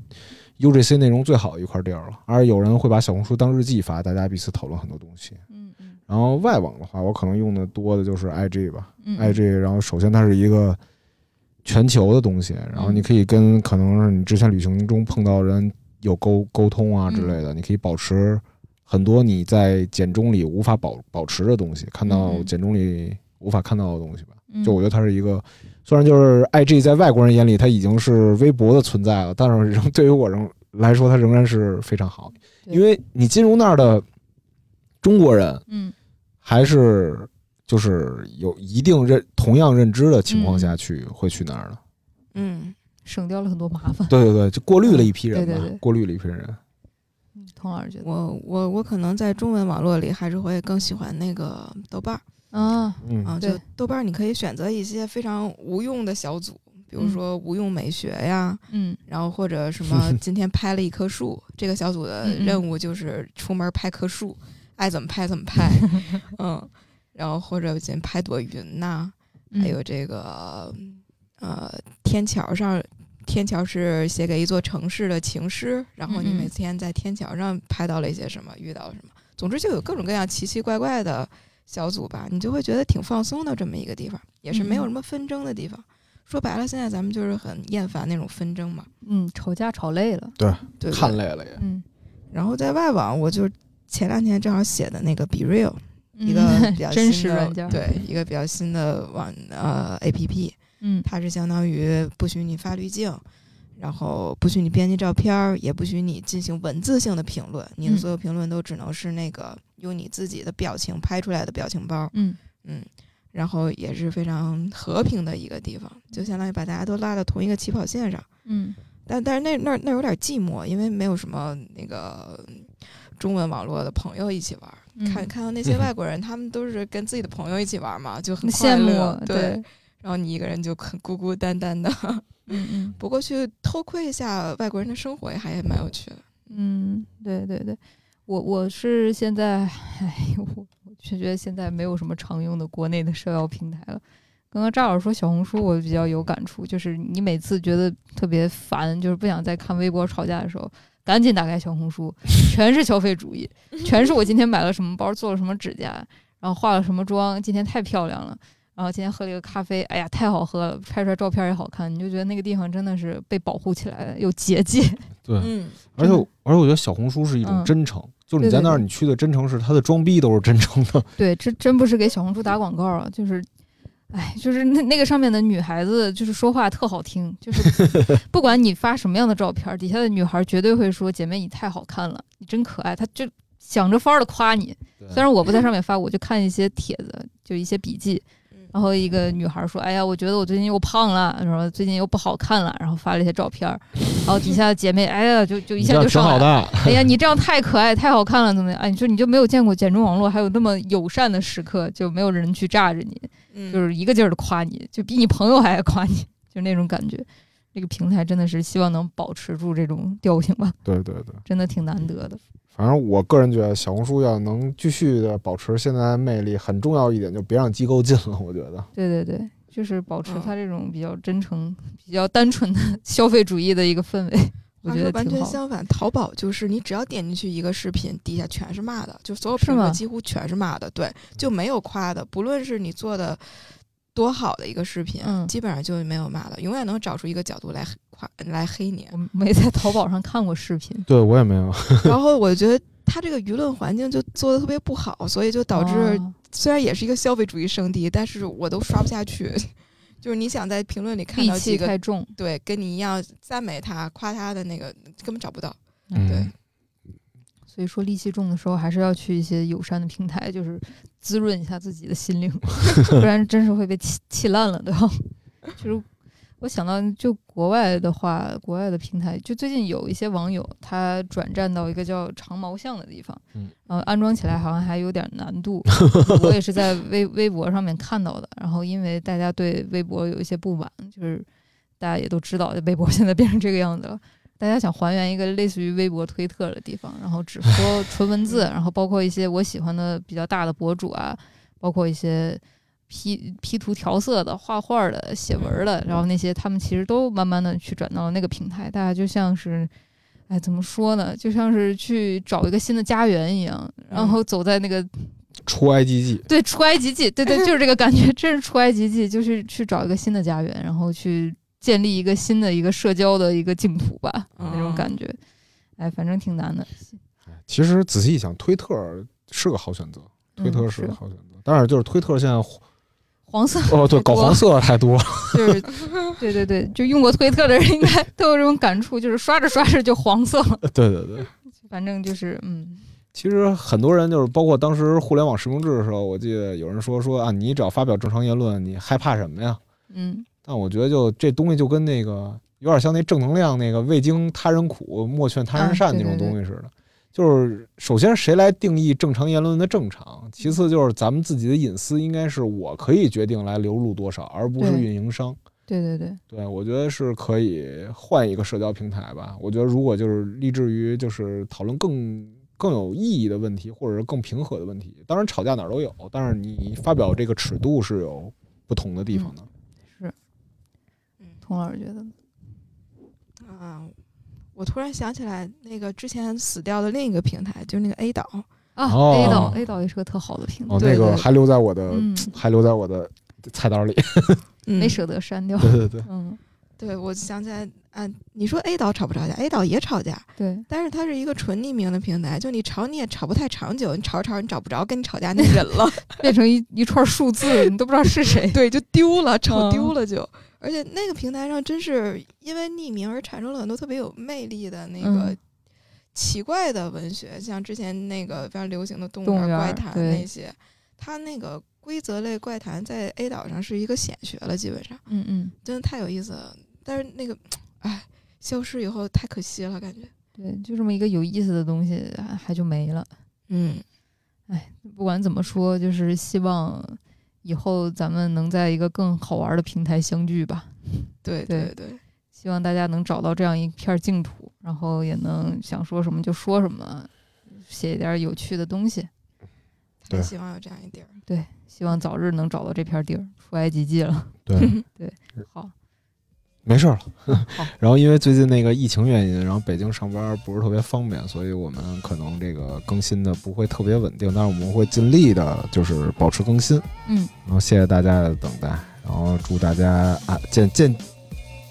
S2: UGC 内容最好的一块地儿了。而且有人会把小红书当日记发，大家彼此讨论很多东西。
S1: 嗯嗯
S2: 然后外网的话，我可能用的多的就是 IG 吧、
S1: 嗯
S2: i g 哎然后首先它是一个全球的东西，然后
S1: 嗯
S2: 你可以跟可能是你之前旅行中碰到的人有沟沟通啊之
S1: 嗯
S2: 类的，你可以保持很多你在简中里无法保保持的东西，看到
S1: 嗯嗯
S2: 简中里无法看到的东西吧。
S1: 嗯
S2: 就我觉得它是一个，虽然就是 IG 在外国人眼里它已经是微博的存在了，但是仍 [LAUGHS] 对于我仍来说，它仍然是非常好，
S1: 对
S2: 因为你进入那儿的中国人
S1: 嗯
S2: 还是就是有一定认同样认知的情
S1: 嗯
S2: 况下去、会去那儿的。
S3: 嗯，
S1: 省掉了很多麻烦。
S2: 对对对，就过滤了一批人吧，
S1: 对对对
S2: 过滤了一批人。
S1: 嗯童老师觉得
S3: 我我我可能在中文网络里还是会更喜欢那个豆瓣儿
S1: 啊，
S2: 嗯
S3: 啊，
S1: 对
S3: 就豆瓣儿你可以选择一些非常无用的小组，比如
S1: 嗯
S3: 说无用美学呀，
S1: 嗯
S3: 然后
S2: [LAUGHS]
S3: 或者什么今天拍了一棵树，这个小组的
S1: 嗯嗯
S3: 任务就是出门拍棵树。爱怎么拍怎
S1: [LAUGHS]
S3: 么拍，嗯，然后或者仅拍朵云呐、
S1: 嗯哎
S3: 还有这个呃天桥上，天桥是写给一座城市的情诗，然后你
S1: 嗯嗯
S3: 每天在天桥上拍到了一些什么，遇到了什么，总之就有各种各样奇奇怪怪的小组吧，你就会觉得挺放松的这么一个地方，也是没有
S1: 嗯嗯
S3: 什么纷争的地方。说白了，现在咱们就是很厌烦那种纷争嘛，
S1: 嗯吵架吵累了，
S3: 对不对
S2: 看累了也。
S1: 嗯，
S3: 然后在外网，我就前两天正好写的那个 Be Real，、一个
S1: 嗯 [LAUGHS]
S3: 比较
S1: 真
S3: 新
S1: 实
S3: 的
S1: 软件，
S3: 对，一个比较新的网呃 APP，
S1: 嗯
S3: 它是相当于不许你发滤镜，然后不许你编辑照片儿，也不许你进行文字性的评论，你的
S1: 嗯
S3: 所有评论都只能是那个用你自己的表情拍出来的表情包，
S1: 嗯
S3: 嗯，然后也是非常和平的一个地方，就相当于把大家都拉到同一个起跑线上。
S1: 嗯
S3: 但但是那那儿那儿有点寂寞，因为没有什么那个中文网络的朋友一起玩儿。
S1: 嗯，
S3: 看看到那些外国人，他们都是跟自己的朋友一起玩儿嘛，就很快
S1: 羡
S3: 乐
S1: 慕，
S3: 对。，然后你一个人就很孤孤单单的。 [LAUGHS]
S1: 嗯嗯。
S3: 不过去偷窥一下外国人的生活也还蛮有趣的。
S1: 嗯，对对对，我我是现在，哎，我我却觉得现在没有什么常用的国内的社交平台了。刚刚赵老师说小红书，我比较有感触，就是你每次觉得特别烦，就是不想再看微博吵架的时候，赶紧打开小红书，全是消费主义，
S3: 嗯
S1: 全是我今天买了什么包，做了什么指甲，然后化了什么妆，今天太漂亮了。然后今天喝了一个咖啡，哎呀，太好喝了！拍出来照片也好看，你就觉得那个地方真的是被保护起来的，有结界。
S2: [LAUGHS] 对，
S3: 嗯，
S2: 而
S1: 真
S2: 且
S1: 的
S2: 而且我觉得小红书是一种
S1: 嗯
S2: 真诚，就是
S1: 对
S2: 你在
S1: 对
S2: 那儿
S1: 对
S2: 你去的真诚是他的装逼都是真诚的。 [LAUGHS]
S1: 对，这真不是给小红书打广告啊，就是，哎， [LAUGHS] 就是那那个上面的女孩子，就是说话特好听，就是不管你发什么样的照片，底下的女孩绝对会说：“姐妹，你太好看了，你真可爱。”她就想着法儿的夸你。虽然我不在上面发，我就看一些帖子，就一些笔记，嗯
S3: 嗯
S1: 然后一个女孩说：“哎呀，我觉得我最近又胖了，然后最近又不好看了。”然后发了一些照片儿，然后底下的姐妹，哎呀，就就一
S2: 你
S1: 下
S2: 这样
S1: 就
S2: 挺
S1: 上来
S2: 好
S1: 了。 [LAUGHS]
S2: 的，
S1: 哎呀，你这样太可爱、太好看了，怎么样？哎，你说你就没有见过简中网络还有那么友善的时刻，就没有人去炸着你，
S3: 嗯
S1: 就是一个劲儿的夸你，就比你朋友还爱夸你，就那种感觉。这个平台真的是希望能保持住这种调性吧，
S2: 对对对。
S1: 真的挺难得的。
S3: 嗯
S2: 反正我个人觉得，小红书要能继续的保持现在的魅力，很重要一点就别让机构进了。我觉得，
S1: 对对对，就是保持
S3: 嗯
S1: 它这种比较真诚、比较单纯的 [LAUGHS] 消费主义的一个氛围，我
S3: 话
S1: 觉
S3: 嗯
S1: 得
S3: 说完
S1: 挺
S3: 全
S1: 好的。
S3: 相反，淘宝就是你只要点进去一个视频，底下全是骂的，就所有
S1: 是
S3: 评论
S1: 吗
S3: 几乎全是骂的，对，就没有夸的。不论是你做的多好的一个视频，
S1: 嗯
S3: 基本上就没有骂的，永远能找出一个角度来夸来黑
S1: [LAUGHS]
S3: 你。
S1: 我没在淘宝上看过视频，
S2: 对我也没有，
S3: 然后我觉得他这个舆论环境就做的特别不好，所以就 [LAUGHS] 导致
S1: 哦
S3: 虽然也是一个消费主义圣地，但是我都刷不下去。 [LAUGHS] 就是你想在评论里看
S1: 戾
S3: 到
S1: 气
S3: 几个
S1: 太重。
S3: 对跟你一样赞美他、夸他的那个，根本找不到。
S1: 嗯
S3: 对，
S1: 所以说戾气重的时候，还是要去一些友善的平台，就是滋润一下自己的心灵，不然真是会被气气烂了，对吧？ [LAUGHS] 就是我想到，就国外的话，国外的平台，就最近有一些网友他转战到一个叫长毛象的地方，
S2: 嗯，
S1: 然后安装起来好像还有点难度。我也是在微微博上面看到的，然后因为大家对微博有一些不满，就是大家也都知道，微博现在变成这个样子了。大家想还原一个类似于微博、推特的地方，然后只说纯文字，然后包括一些我喜欢的比较大的博主啊，包括一些 P P 图调色的、画画的、写文的，然后那些他们其实都慢慢的去转到那个平台，大家就像是。哎，怎么说呢？就像是去找一个新的家园一样，然后走在那个
S2: 出 IGG
S1: 对，出埃及记，对对，就是这个感觉，真是出埃及记，就是去找一个新的家园，然后去建立一个新的一个社交的一个净土吧，啊那
S3: 哦
S1: 种感觉。哎，反正挺难的。
S2: 其实仔细一想，推特是个好选择，推特
S1: 嗯
S2: 是
S1: 是
S2: 个好选择。但是就是推特现在
S1: 黄色，
S2: 哦，对，
S1: 太多
S2: 搞黄色太多了。
S1: 就是对对对，就用过推特的人应该 [LAUGHS] 都有这种感触，就是刷着刷着就黄色了。
S2: 对对对，
S1: 反正就是，嗯，
S2: 其实很多人就是包括当时互联网实名制的时候，我记得有人说说啊，你只要发表正常言论，你害怕什么呀？
S1: 嗯，
S2: 但我觉得就这东西就跟那个有点像那正能量那个未经他人苦莫劝他人
S1: 啊
S2: 善
S1: 对
S2: 那
S1: 对
S2: 种
S1: 对
S2: 东西似的。就是首先谁来定义正常言论的正常，其次就是咱们自己的隐私应该是我可以决定来流露多少，而不是
S1: 对
S2: 运营商。
S1: 对对对，
S2: 对，我觉得是可以换一个社交平台吧。我觉得如果就是立志于就是讨论更更有意义的问题，或者是更平和的问题。当然，吵架哪儿都有，但是你发表这个尺度是有不同的地方
S3: 嗯
S2: 的。
S1: 童老师觉得呢，嗯
S3: 啊，我突然想起来，那个之前死掉的另一个平台，就是那个 A 岛，
S1: 啊
S2: 哦
S1: ，A 岛 A 岛也是个特好的评
S2: 哦，
S1: 论，
S3: 对
S2: 那个
S3: 对
S2: 还留在我的，
S1: 嗯，
S2: 还留在我的菜单里。
S3: 嗯
S1: 没舍得删掉，
S2: 对对对，
S1: [LAUGHS] 嗯，
S3: 对，我想起来，啊，你说 A 岛吵不吵架？A 岛也吵架，
S1: [LAUGHS] 对，
S3: 但是它是一个纯匿名的平台，就你吵你也吵不太长久，你吵着吵着你找不着跟你吵架那人了，
S1: 变成一一串数字，你都不知道是谁，
S3: 对，就丢了，吵
S1: 嗯
S3: 丢了就。而且那个平台上真是因为匿名而产生了很多特别有魅力的那个
S1: 嗯
S3: 奇怪的文学，像之前那个非常流行的动
S1: 动
S3: 物
S1: 物园
S3: 园
S1: 儿
S3: 怪谈
S1: 对
S3: 那些，它那个规则类怪谈在 A 岛上是一个显学了，基本上
S1: [LAUGHS] 嗯嗯，
S3: 真的太有意思了。但是那个，哎，消失以后太可惜了，感觉。
S1: 对，就这么一个有意思的东西，还还就没了。
S3: 嗯
S1: 不管怎么说，就是希望以后咱们能在一个更好玩的平台相聚吧。，
S3: 对
S1: 对
S3: 对对，
S1: 希望大家能找到这样一片净土，然后也能想说什么就说什么，写一点有趣的东西。
S2: 对
S3: 太希望有这样一地儿。
S1: 对，希望早日能找到这片地儿，出埃及记了。
S2: [LAUGHS] 对
S1: 对，好，
S2: 没事儿了。
S1: 好，
S2: [LAUGHS] 然后因为最近那个疫情原因，然后北京上班不是特别方便，所以我们可能这个更新的不会特别稳定，但是我们会尽力的，就是保持更新。
S1: 嗯，
S2: 然后谢谢大家的等待，然后祝大家啊健健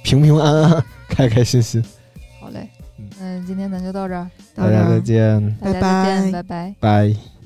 S2: 平平安安，开开心心。
S1: 好嘞
S2: 嗯，
S1: 嗯，今天咱就到这儿，
S3: 到
S2: 大家
S3: 这儿
S2: 再见，
S1: 大家再见，
S3: 拜拜
S1: 拜拜
S2: 拜。